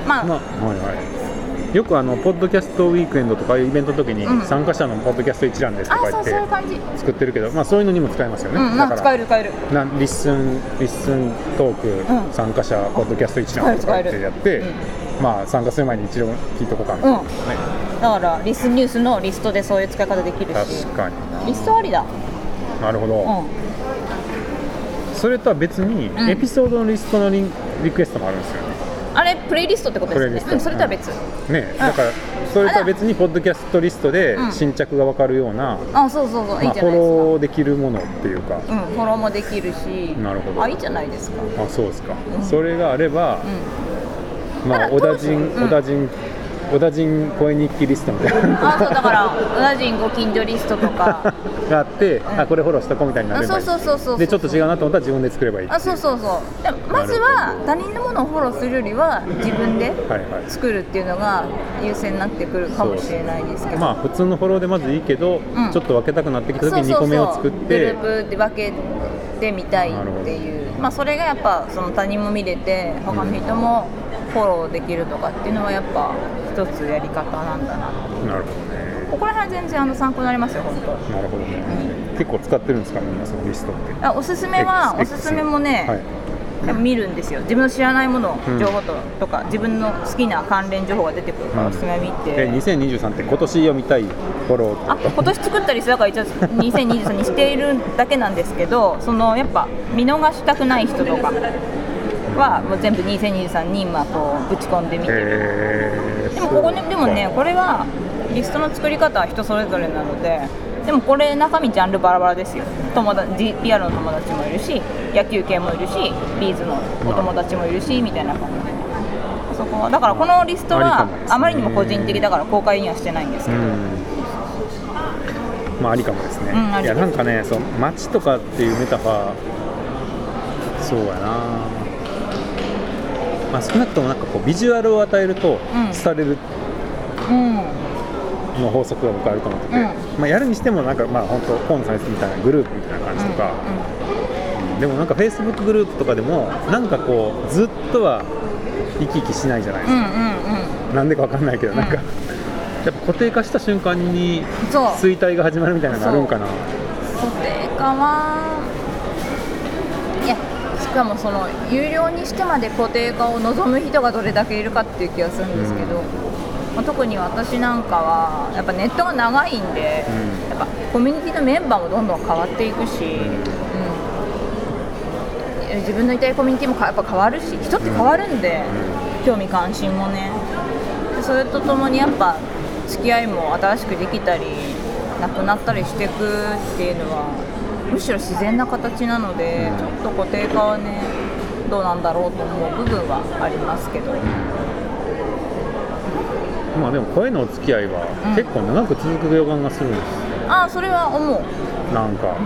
S2: まあ、
S1: まあはいはい、よくあのポッドキャストウィークエンドとかいうイベントの時に、
S2: うん
S1: 参加者のポッドキャスト一覧ですと
S2: あ
S1: か
S2: そうそういう
S1: 言って
S2: 感じうん
S1: 作ってるけど、まあ、そういうのにも使えますよね、
S2: まあ使える使える
S1: なリッスンリッスントーク、
S2: うん
S1: 参加者ポッドキャスト一覧と
S2: 使
S1: か
S2: え
S1: っ
S2: る
S1: て
S2: 使える
S1: やって、まあ、参加する前に一応聞いとこうかな、
S2: うん
S1: はい
S2: だからリスニュースのリストでそういう使い方できるし
S1: 確かに
S2: リストありだ
S1: なるほ
S2: う
S1: ど、
S2: ん
S1: それとは別に、
S2: ん
S1: エピソードのリストのリンリクエストもあるんですよね
S2: あれプレイリストってこと
S1: プレイ
S2: で
S1: リ
S2: す
S1: スト
S2: よね、うん、それとは別、
S1: うんねだからそれとは別にポッドキャストリストで
S2: うん
S1: 新着が分かるような、
S2: あそうそうそう
S1: ま
S2: いい
S1: あ、
S2: じ
S1: フ
S2: ゃないですか、
S1: ォローできるものっていうか、
S2: うん、フォローもできるし
S1: なるほど
S2: あいいじゃないですか、うん、
S1: あそうですか、
S2: ん
S1: それがあれば、まあ
S2: ただ
S1: 小田陣
S2: 当時うん
S1: 小田陣小田陣声日記リストみたいな
S2: あそうだから同じご近所リストと か
S1: があって、あこれフォローしとこうみたいになればいい
S2: あそうそうそうそう
S1: でちょっと違うなと思ったら自分で作ればいい
S2: あそうそうそうでもまずは他人のものをフォローするよりは自分で
S1: はいはい
S2: 作るっていうのが優先になってくるかもしれないですけど
S1: まあ普通のフォローでまずいいけど、
S2: うん
S1: ちょっと分けたくなってきた
S2: そう
S1: 時
S2: そ
S1: に2
S2: うそ
S1: 個
S2: う
S1: 目を作っ
S2: グル
S1: て
S2: ープで分けてみたいっていう、まあ、それがやっぱその他人も見れて他の人もフォローできるとかっていうのはやっぱ一つやり方なんだ
S1: なるほ
S2: な
S1: どね
S2: ここら辺は全然あの参考になりますよ本当
S1: なるほどね、結構使ってるんですかみんなそのリストって
S2: あおすすめは
S1: X
S2: おすすめもね、
S1: はい
S2: やっぱ見るんですよ自分の知らないもの
S1: うん
S2: 情報と,、とか自分の好きな関連情報が出てくるから
S1: うん
S2: おすすめ見て、
S1: え2023って今年読みたいフォロー
S2: あ
S1: ってこ
S2: 今年作ったリストだから一応2023にしているだけなんですけどそのやっぱ見逃したくない人とかはもう全部2023に今こうぶち込んでみ
S1: と
S2: てる
S1: へー
S2: でもここね
S1: そう
S2: でもねこれはリストの作り方は人それぞれなのででもこれ中身ジャンルバラバラですよ友達 PR の友達もいるし野球系もいるしビーズのお友達もいるしみたいな感じでそこはだからこのリスト
S1: ありか
S2: は
S1: もですね
S2: あまりにも個人的だから公開にはしてないんです
S1: う
S2: けど、
S1: んまあありかもですね、
S2: うんあ
S1: い
S2: り
S1: やなんかねそう街とかっていうメタファーそうやなまあ少なくともなんかこうビジュアルを与えると
S2: うん
S1: 廃れる
S2: うん
S1: の法則が僕あると思ってて、
S2: うん
S1: まあ、やるにしてもなんかまあ本当コンサイズみたいなグループみたいな感じとか、でもなんか Facebook グループとかでもなんかこうずっとは生き生きしないじゃないで
S2: うんう
S1: す
S2: ん
S1: か、
S2: うん
S1: なんでかわかんないけど、
S2: うん
S1: なんかやっぱ固定化した瞬間に
S2: うんそう
S1: 衰退が始まるみたいなのがあるんかな
S2: 固定化はいやしかもその有料にしてまで固定化を望む人がどれだけいるかっていう気がするんですけど、
S1: うん
S2: まあ特に私なんかはやっぱネットが長いんで、
S1: う
S2: やっぱコミュニティのメンバーもどんどん変わっていくし、うん自分のいたいコミュニティもかやっぱ変わるし人って変わるんで、興味関心もねでそれとともにやっぱ付き合いも新しくできたりなくなったりしていくっていうのはむしろ自然な形なので、
S1: うん
S2: ちょっと固定化はねどうなんだろうと思う部分はありますけど、
S1: まあでも声のお付き合いは
S2: うん
S1: 結構長く続く予感がするんです、
S2: ああそれは思う
S1: なんか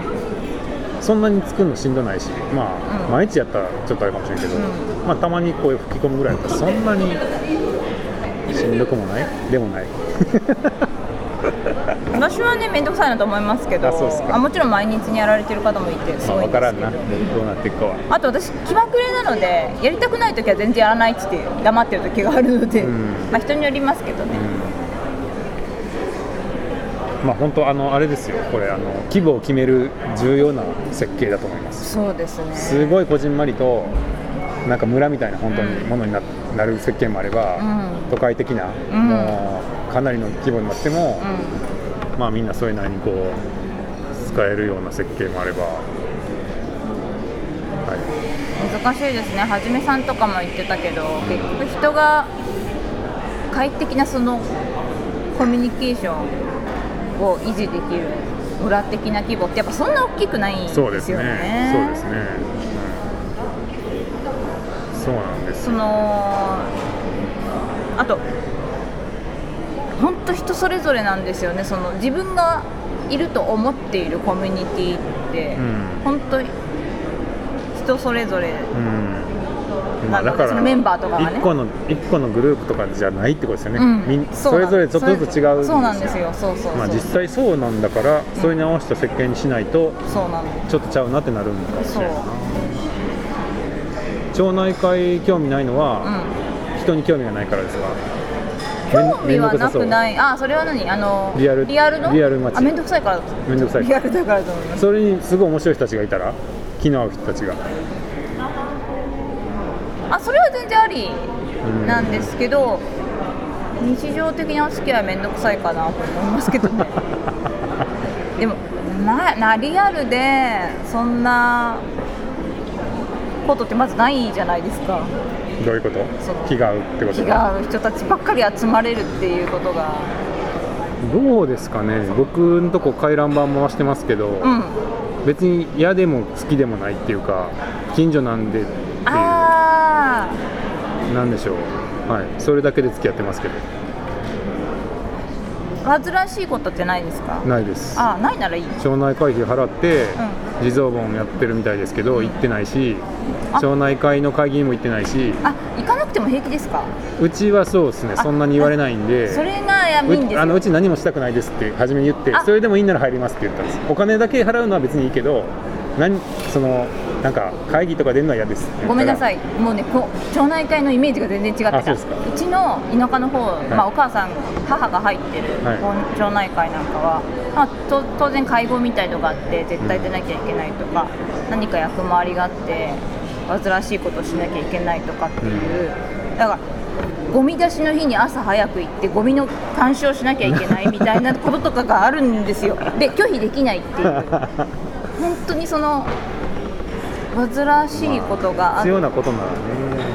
S1: そんなに作るのしんどないしまあ、
S2: うん
S1: 毎日やったらちょっとあれかもしれんけど、
S2: う
S1: まあたまにこういう吹き込むぐらいだったらそんなにしんどくもないでもない
S2: 私はね面倒くさいなと思いますけど
S1: あそうっすか
S2: もちろん毎日にやられてる方もいてす
S1: まあ
S2: ごい
S1: 分
S2: ん
S1: か
S2: で
S1: ら
S2: す
S1: ん
S2: け
S1: な
S2: ど
S1: どうなっていくかは
S2: あと私気まぐれなのでやりたくない時は全然やらないっつって黙ってる時があるので、
S1: うん
S2: まあ人によりますけどね、
S1: まあ本当あのあれですよこれあの規模を決める重要な設計だと思います
S2: そうですね
S1: すごいこじんまりとなんか村みたいな本当に
S2: うん
S1: ものにな,、なる設計もあれば、
S2: うん
S1: 都会的な、
S2: うん
S1: もうかなりの規模になっても
S2: う、ん
S1: まあみんなそれなりにこう使えるような設計もあれば、はい、
S2: 難しいですねはじめさんとかも言ってたけど結局人が快適なそのコミュニケーションを維持できる村的な規模ってやっぱそんな大きくないんです
S1: そ
S2: よ
S1: う
S2: ね
S1: ですねそうですね、うんそうなんです
S2: そのあと本当人それぞれなんですよねその自分がいると思っているコミュニティって
S1: うん
S2: 本当人それぞれ
S1: うんまあ、
S2: なんか
S1: だから
S2: そのメンバーとかがね
S1: 一個の一個のグループとかじゃないってことですよね、みんそれぞれちょっとずつ違うん
S2: そうなんですよそうそうそう、
S1: まあ、実際そうなんだから、それに合わせた設計にしないと
S2: そうなんで
S1: ちょっとちゃうなってなるんだかもし
S2: すそ
S1: れ
S2: う
S1: ない町内会興味ないの
S2: う
S1: は、
S2: ん
S1: 人に興味がないからですか
S2: 興味はなく
S1: い
S2: ないあそれは何あの
S1: リアル
S2: リアルの
S1: リアルマッチ
S2: あ面倒くさいから
S1: 面倒くさい
S2: リ
S1: か
S2: アルだからと思いま
S1: ら
S2: す
S1: それにすごい面白い人たちがいたら気の合う人たちが
S2: あそれは全然あり
S1: うん
S2: なんですけど、日常的なお付き合いは面倒くさいかなと思いますけ どねでもななリアルでそんなことってまずないじゃないですか
S1: どういうこ
S2: そう
S1: と気が合うってこと
S2: 気が合う人たちばっかり集まれるっていうことが
S1: どうですかね僕のとこ回覧板回してますけど、
S2: うん
S1: 別に嫌でも好きでもないっていうか近所なんでっていう
S2: ああ
S1: なんでしょうはいそれだけで付き合ってますけど
S2: 煩わしいことってないですか
S1: ないです
S2: あないならいい
S1: 町内会費払って
S2: う
S1: 地蔵盆やってるみたいですけど行ってないし
S2: あ
S1: 町内会の会議にも行ってないし
S2: あ行かなくても平気ですか
S1: うちはそうですね
S2: あ
S1: そんなに言われないんで
S2: それがやいいんです
S1: う
S2: よ
S1: あのうち何もしたくないですって初めに言って
S2: あ
S1: それでもいいなら入りますって言ったんですお金だけ払うのは別にいいけど何そのなんか会議とか出るのは嫌ですって言ったら
S2: ごめんなさい、もうね、こ町内会のイメージが全然違ってた、
S1: あそうですか
S2: ちの田舎の方、まあお母さん、母が入ってる
S1: はい
S2: こう町内会なんかは、まあと当然、会合みたいのがあって、絶対出なきゃいけないとか、何か役回りがあって、煩わしいことをしなきゃいけないとかっていう、だから、ゴミ出しの日に朝早く行って、ゴミの監視をしなきゃいけないみたいなこととかがあるんです よ、で拒否できないっていう。本当にその煩わしいことがあって
S1: 必要なことならね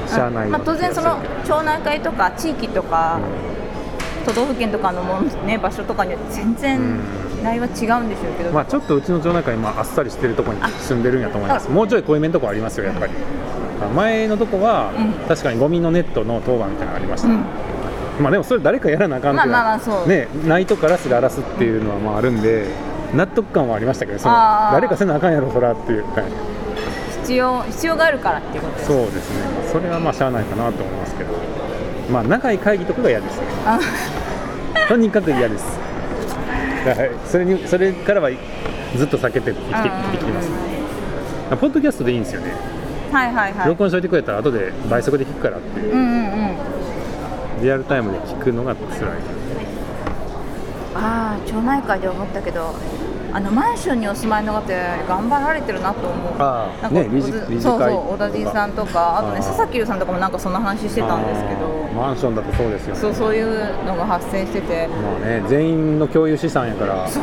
S1: しゃあない
S2: まあ、当然そ
S1: う
S2: の
S1: ん
S2: 町内会とか地域とか都道府県とかのもん、ね、場所とかによって全然
S1: う
S2: 内容は違うんでしょうけど、
S1: まあ、ちょっとうちの町内会、まあ、あっさりしてるとこに
S2: あ
S1: 住んでるんやと思います
S2: あ
S1: もうちょい濃いめのとこありますよやっぱり前のとこは、
S2: うん
S1: 確かにゴミのネットの当番みたいなのがありまし
S2: う
S1: た、
S2: ん、
S1: まあでもそれ誰かやらなあかんっていうのは
S2: まあまあまあそう
S1: ねナイトカラスで荒らすっていうのはまああるんで納得感はありましたけどその
S2: あー
S1: 誰かせなあかんやろそらっていう、はい
S2: 必要必要があるからっていうことです
S1: そうですね、まあそれはまあしゃあないかなと思いますけどまあ長い会議とかが嫌ですね
S2: あ
S1: とにかく嫌ですはいそれにそれからはずっと避けて生きて生きてきてます、ポッドキャストでいいんですよね、
S2: はいはいはい
S1: 録音しといてくれたら後で倍速で聞くからって
S2: うんうんうん
S1: リアルタイムで聞くのが辛い
S2: ああ町内会で思ったけどあのマンションにお住まいの方頑張られてるなと思う
S1: あー
S2: なんか
S1: ね
S2: お
S1: 理事
S2: ず
S1: 理事会
S2: そうそう小田地さんとかあとね
S1: あー
S2: 佐々木優さんとかもなんかその話してたんですけ
S1: あー
S2: ど
S1: マンションだとそうですよね
S2: そうそういうのが発生してて
S1: まあね全員の共有資産やから
S2: そ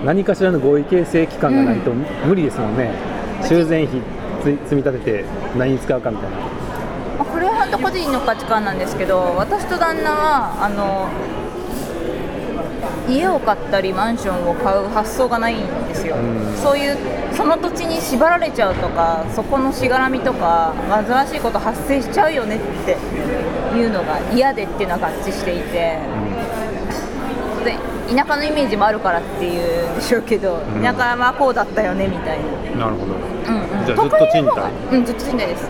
S2: う
S1: 何かしらの合意形成期間がないと無理ですもんね、修繕費つ積み立てて何に使うかみたいな
S2: まあこれは本当個人の価値観なんですけど私と旦那はあの家を買ったりマンションを買う発想がないんですよ、
S1: うん
S2: そういうその土地に縛られちゃうとかそこのしがらみとか煩わしいこと発生しちゃうよねっていうのが嫌でっていうのは合致していてで田舎のイメージもあるからっていうんでしょうけど、
S1: ん
S2: 田舎はこうだったよねみたい
S1: な
S2: な、
S1: るほど、
S2: うんうん、
S1: じゃあずっと
S2: 都会
S1: 賃
S2: の方がうんずっと賃貸です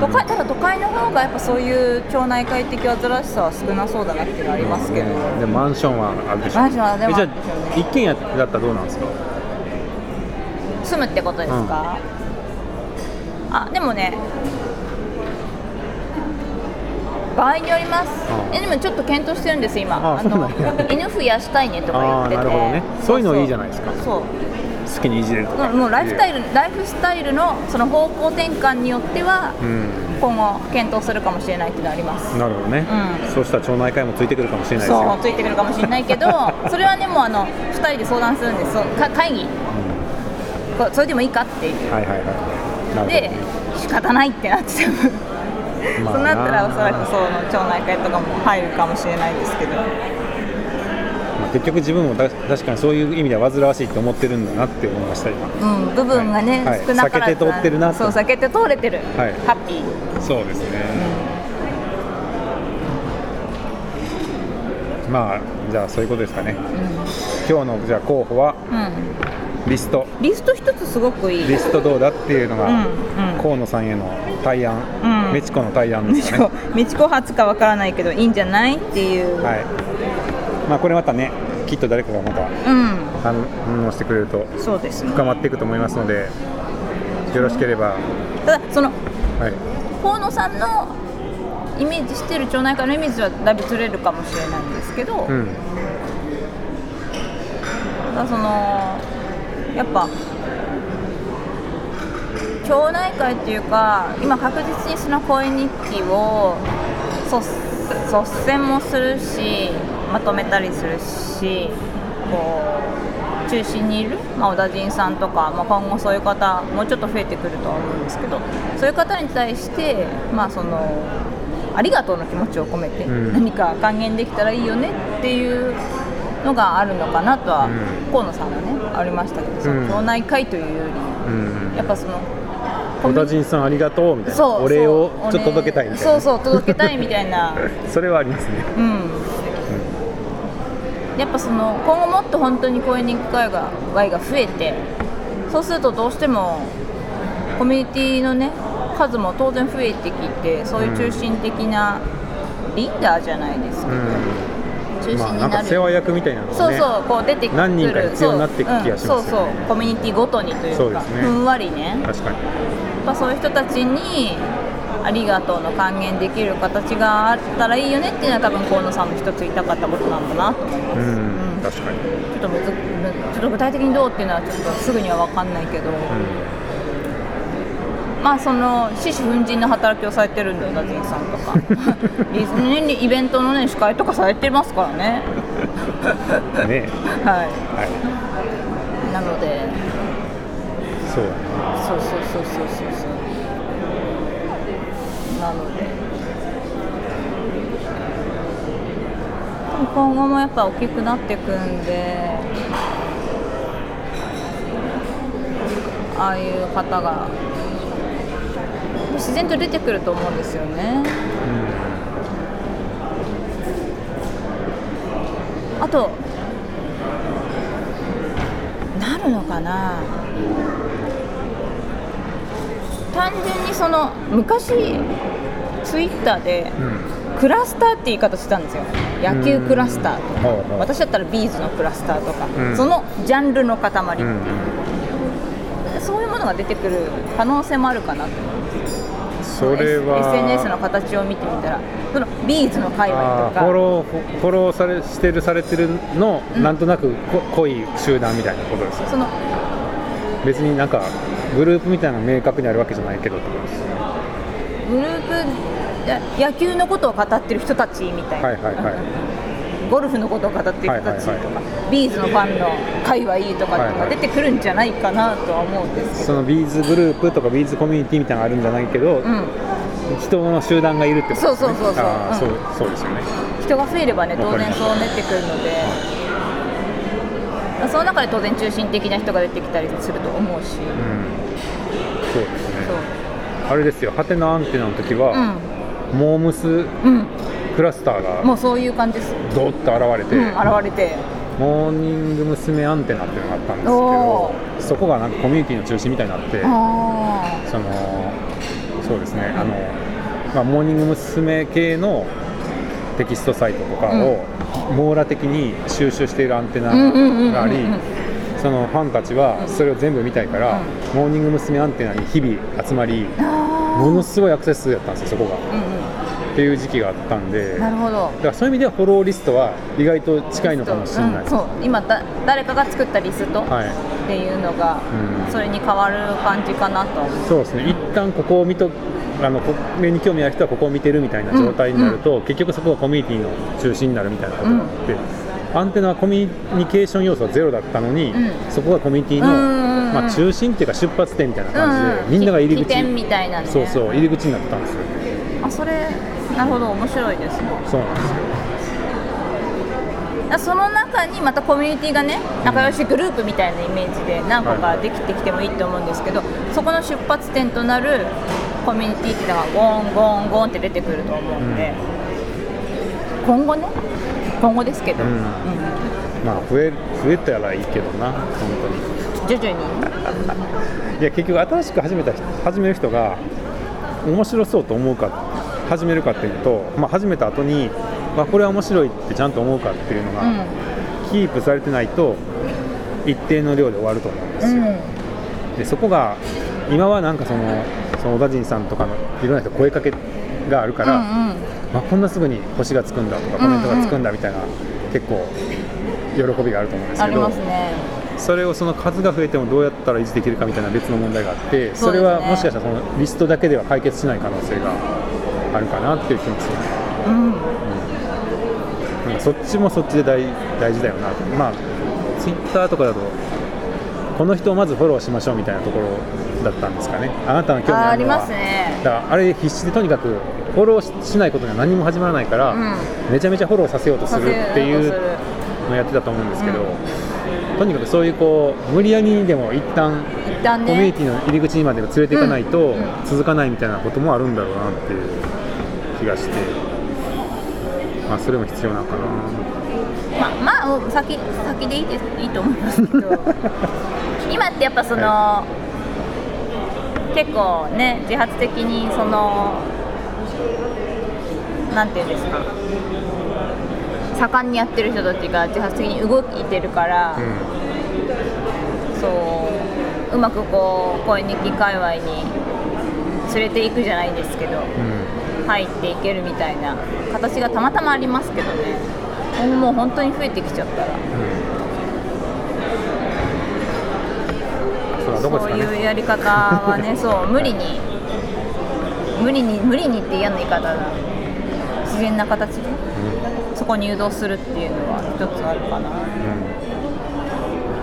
S2: 都会ただ都会の方がやっぱそういう町内会的煩わしさは少なそうだなっていうのはありますけど、
S1: でマンションはあるでしょ
S2: マンションはでも
S1: えじゃ
S2: あるでしょう
S1: あ
S2: ね
S1: 一軒家だったらどうなんですか
S2: 住むってことですか、あでもね場合によります、
S1: うん
S2: えでもちょっと検討してるんです今
S1: あそうなんや
S2: 犬増やしたいねとか言ってて
S1: あーなるほどねそういうのいいじゃないですか
S2: そう
S1: 好きにいじれると
S2: そうもうライフスタイルライフスタイルのその方向転換によっては
S1: うん
S2: 今後検討するかもしれないっていうのはあります
S1: なるほどね、
S2: うん
S1: そうしたら町内会もついてくるかもしれないですよ
S2: そうついてくるかもしれな いけどそれはねもうあの2人で相談するんですそうか会議こそれでもいいかっていう
S1: はいはいはいなるほど
S2: で
S1: ね
S2: 仕方ないってなってた
S1: まあ
S2: そうなったらおそら
S1: な
S2: くその町内会とかも入るかもしれないですけど
S1: まあ結局自分もた確かにそういう意味では煩わしいと思ってるんだなって思いました今
S2: うん部分がね、
S1: はい
S2: 少なからず
S1: 避けて通ってるなと
S2: そう避けて通れてる、
S1: はい
S2: ハッピー
S1: そうですね、まあじゃあそういうことですかね今日のじゃあ候補は
S2: うん、
S1: リスト
S2: リスト一つすごくいい
S1: リストどうだっていうのが、
S2: うんうん
S1: 河野さんへの対案、
S2: うん
S1: メチコの対案で
S2: み
S1: す
S2: ち
S1: かね
S2: こみちこ初かわからないけどいいんじゃないっていう、
S1: はいまあこれまたねきっと誰かがまた
S2: う
S1: 反反応してくれると
S2: んそうですね
S1: 深まっていくと思いますのでよろしければ、
S2: ただその
S1: はい、
S2: 河野さんのイメージしてる町内会のイメージとはだいぶずれるかもしれないんですけど、
S1: うん
S2: ただそのやっぱ町内会っていうか今確実にその公演日記を率率先もするしまとめたりするしこう中心にいる、まあ、小田陣さんとか、まあ、今後そういう方もうちょっと増えてくるとは思うんですけどそういう方に対してまあそのありがとうの気持ちを込めて
S1: うん
S2: 何か還元できたらいいよねっていうのがあるのかなとは、
S1: うん
S2: 河野さんがねありましたけどそ
S1: うん
S2: の町内会というよ
S1: うん
S2: りやっぱその
S1: 小田陣さんありがとうみたいな
S2: そう
S1: お礼を
S2: そう
S1: ちょっと届けたいみたいな
S2: そうそう届けたいみたいな
S1: それはありますね
S2: うんやっぱその今後もっと本当に公演に行く機会が会が増えてそうするとどうしてもコミュニティのね数も当然増えてきてそういう中心的なリーダーじゃないですか、
S1: う
S2: 中
S1: ん
S2: 心に
S1: まあ
S2: なる、
S1: なんか世話役みたいなのがね
S2: そうそう、こう出てくる
S1: 何人か必要になっていく気がしますよね
S2: そう,、うんそうそうコミュニティごとにというか
S1: そうですね
S2: ふんわりねやっ
S1: 確かに
S2: ぱそういう人たちにありがとうの還元できる形があったらいいよねっていうのは多分河野さんも一つ言いたかったことなんだなと思います、
S1: うん、
S2: うんち
S1: 確かに、
S2: ょっとむずむちょっと具体的にどうっていうのはちょっとすぐには分かんないけど、まあその獅子奮陣の働きをされてるんだよダジンさんとか リズニーにイベントのね司会とかされてますからね
S1: うん、ね
S2: はい
S1: はい
S2: なので
S1: そうだね
S2: そうそうそうそうそうそうなので今後もやっぱ大きくなっていくんでああいう方が自然と出てくると思うんですよねあとなるのかな単純にその昔ツイッターでクラスターって言い方してたんですよ野球クラスターとか、
S1: うんはいはい
S2: 私だったらビーズのクラスターとか、
S1: うん
S2: そのジャンルの塊、
S1: うんうん
S2: そういうものが出てくる可能性もあるかなと
S1: それは
S2: S- SNS の形を見てみたらそのビーズの界
S1: あー
S2: 隈と
S1: フォ
S2: か
S1: ローフォフォローされしてるされてるの、
S2: うん
S1: なんとなくこ濃い集団みたいなことですよ
S2: その
S1: 別になんかグループみたいなの明確にあるわけじゃないけどってことです
S2: グループや野球のことを語ってる人たちみたいな、
S1: はいはいはい
S2: ゴルフのことを語ってる人たちとか、
S1: はいはい
S2: ビーズのファンの界隈とかっていうのが出てくるんじゃないかなとは思うんですけ
S1: そのビーズグループとかビーズコミュニティみたいなのあるんじゃないけど、
S2: ど、うん、
S1: 人の集団がいるってことですね
S2: そうそうそうそう
S1: あー
S2: うん
S1: そうそうですよね
S2: 人が増えればね
S1: わ
S2: 当
S1: かり
S2: 然
S1: ます
S2: そうなってくるのでその中で当然中心的な人が出てきたりすると思うし、
S1: うんそうですね
S2: そう
S1: あれですよハテナアンテナの時は、モームス
S2: うんうん
S1: クラスターが
S2: もうそういう感じです、
S1: ドッと現れ
S2: う
S1: て、
S2: ん、現れて
S1: モーニング娘。アンテナっていうのがあったん
S2: お
S1: ですけどそこがなんかコミュニティの中心みたいになって
S2: あ
S1: そのそうですねあの、まあ、モーニング娘。系のテキストサイトとかを網羅的に収集しているアンテナ
S2: うんうんうんうんうん
S1: がありそのファンたちはそれを全部見たいから、モーニング娘。アンテナに日々集まり
S2: ーあ
S1: ものすごいアクセス数やったんですよそこが。
S2: ーうん
S1: っていう時期があったんで
S2: うん
S1: だ
S2: なるほど
S1: からそういう意味ではフォローリストは意外と近いのかもしれない。
S2: うんそう今だ誰かが作ったリストっ
S1: はい
S2: ていうのが、
S1: うん
S2: それに変わる感じかなと思う
S1: そうですね一旦ここを見とあのこ目に興味ある人はここを見てるみたいな状態になると、結局そこがコミュニティの中心になるみたいなことがあって、アンテナはコミュニケーション要素はゼロだったのに、
S2: うん
S1: そこがコミュニティの、
S2: うんうんうん
S1: まあ、中心っていうか出発点みたいな感じで、
S2: うん
S1: みんなが入り
S2: 起
S1: 口
S2: 点みたいなね
S1: そうそう入り口になったんですよ
S2: あそれなるほど面白いですね
S1: そうなんですよ
S2: だからその中にまたコミュニティがね仲良しグループみたいなイメージで何個かできてきてもいいと思うんですけど、そこの出発点となるコミュニティっていうのがゴンゴンゴンって出てくると思うんで、今後ね今後ですけど、
S1: うん
S2: うん
S1: まあ増え増えたらいいけどな本当に
S2: 徐々に
S1: いや結局新しく始めた人始める人が面白そうと思うか始めるかっていうのと、まあ、始めた後にまあこれは面白いってちゃんと思うかっていうの
S2: う
S1: が、
S2: ん
S1: キープされてないと一定の量で終わると思うんですよ、
S2: うん
S1: でそこが今はなんかそのその小田陣さんとかのいろんな人声かけがあるから、
S2: うんうん
S1: まあ、こんなすぐに星がつくんだとかコメントがつくんだみたいな、結構喜びがあると思うんです
S2: あ
S1: け
S2: り
S1: ど
S2: ますね
S1: それをその数が増えてもどうやったら維持できるかみたいな別の問題があってそ,、
S2: そうですね
S1: れはもしかしたらそのリストだけでは解決しない可能性があるかなっていう気もする
S2: うん
S1: なんかそっちもそっちで大大事だよなとまあツイッターとかだとこの人をまずフォローしましょうみたいなところだったんですかねあなたの興味
S2: あ
S1: あ
S2: あ
S1: る
S2: り
S1: のは
S2: ますね
S1: だからあれ必死でとにかくフォローししないことには何も始まらないから、
S2: うん
S1: めちゃめちゃフォローさせようとす
S2: さ
S1: る
S2: せよう
S1: っ
S2: と
S1: てい
S2: す
S1: う
S2: る
S1: のやってたと思うんですけど、
S2: うん
S1: とにかくそういうこう無理やりにでも一旦
S2: 一旦ね
S1: コミュニティの入り口にまで連れていかないと、
S2: うんうん
S1: 続かないみたいなこともあるんだろうなっていう気がして、まあ、それも必要なのかな、
S2: まあ、まあ、先先でいいですいいと思いますけど今ってやっぱその、結構ね自発的にそのなんていうんですか盛んにやってる人たちが自発的に動いてるから、
S1: う
S2: そううまくこう声日記界隈に連れていくじゃないですけど
S1: ん
S2: 入っていけるみたいな形がたまたまありますけどね今後もう本当に増えてきちゃったら。
S1: うん、それはどこですか
S2: そう
S1: ね
S2: いうやり方はねそう無理に無理に無理にって嫌な言い方だ自然な形でそこに誘導するっていうのは一つあるかな
S1: う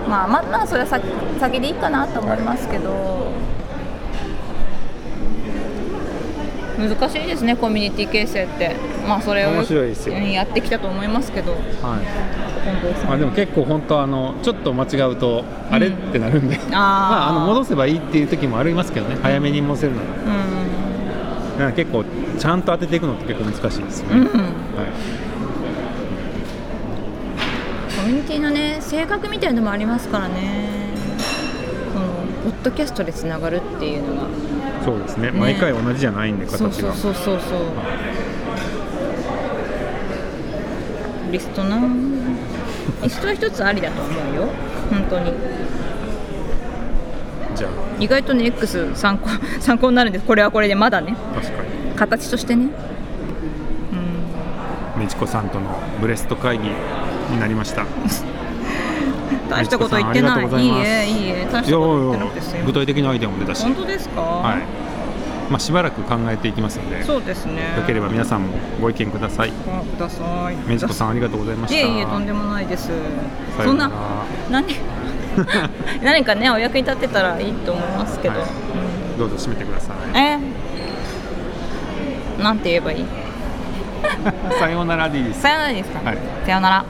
S1: ん
S2: まあまあまあそれは先先でいいかなと思いますけど、難しいですねコミュニティ形成ってまあそれを
S1: 面白いですよ
S2: やってきたと思いますけど
S1: はい
S2: 近藤さん
S1: まあ、でも結構本当あのちょっと間違うとあれ、
S2: うん
S1: ってなるんで
S2: あー
S1: まあ、あの戻せばいいっていう時もありますけどね早めに戻せるのがなんか結構ちゃんと当てていくのって結構難しいですよ
S2: うん、う
S1: ね、
S2: ん、コ
S1: はい
S2: ミュニティのね性格みたいなのもありますからねそのポッドキャストでつながるっていうのが
S1: そうですね
S2: ね
S1: 毎回同じじゃないんで形
S2: そ
S1: が
S2: うそうそうそうそうリストなリストは一つありだと思うよ本当に
S1: じゃあ
S2: 意外とね X 参考参考になるんですこれはこれでまだね
S1: 確かに
S2: 形としてね
S1: 美智子さんとのブレスト会議になりました
S2: 大したこと言ってな
S1: 美智子さんありがと
S2: い
S1: うございます
S2: いいえいいえ大した
S1: や
S2: こと言ってなくてすい
S1: 具
S2: ません
S1: 体的なアイデアも出たし、
S2: 本当ですか、
S1: はいまあ、しばらく考えていきますのでよ
S2: そうですね
S1: ければ皆
S2: さ
S1: さんもご意見ください
S2: んください
S1: 美智子さんありがとうございました
S2: いえいえとんでもないです
S1: さ
S2: そ
S1: ようんな
S2: な
S1: ら
S2: 何 何かねお役に立ってたらいいと思いますけど、
S1: はいどうぞ締めてくださ
S2: うんえなんて言えばいい
S1: いさようならでいいです
S2: さよならですか、
S1: はい
S2: さよなら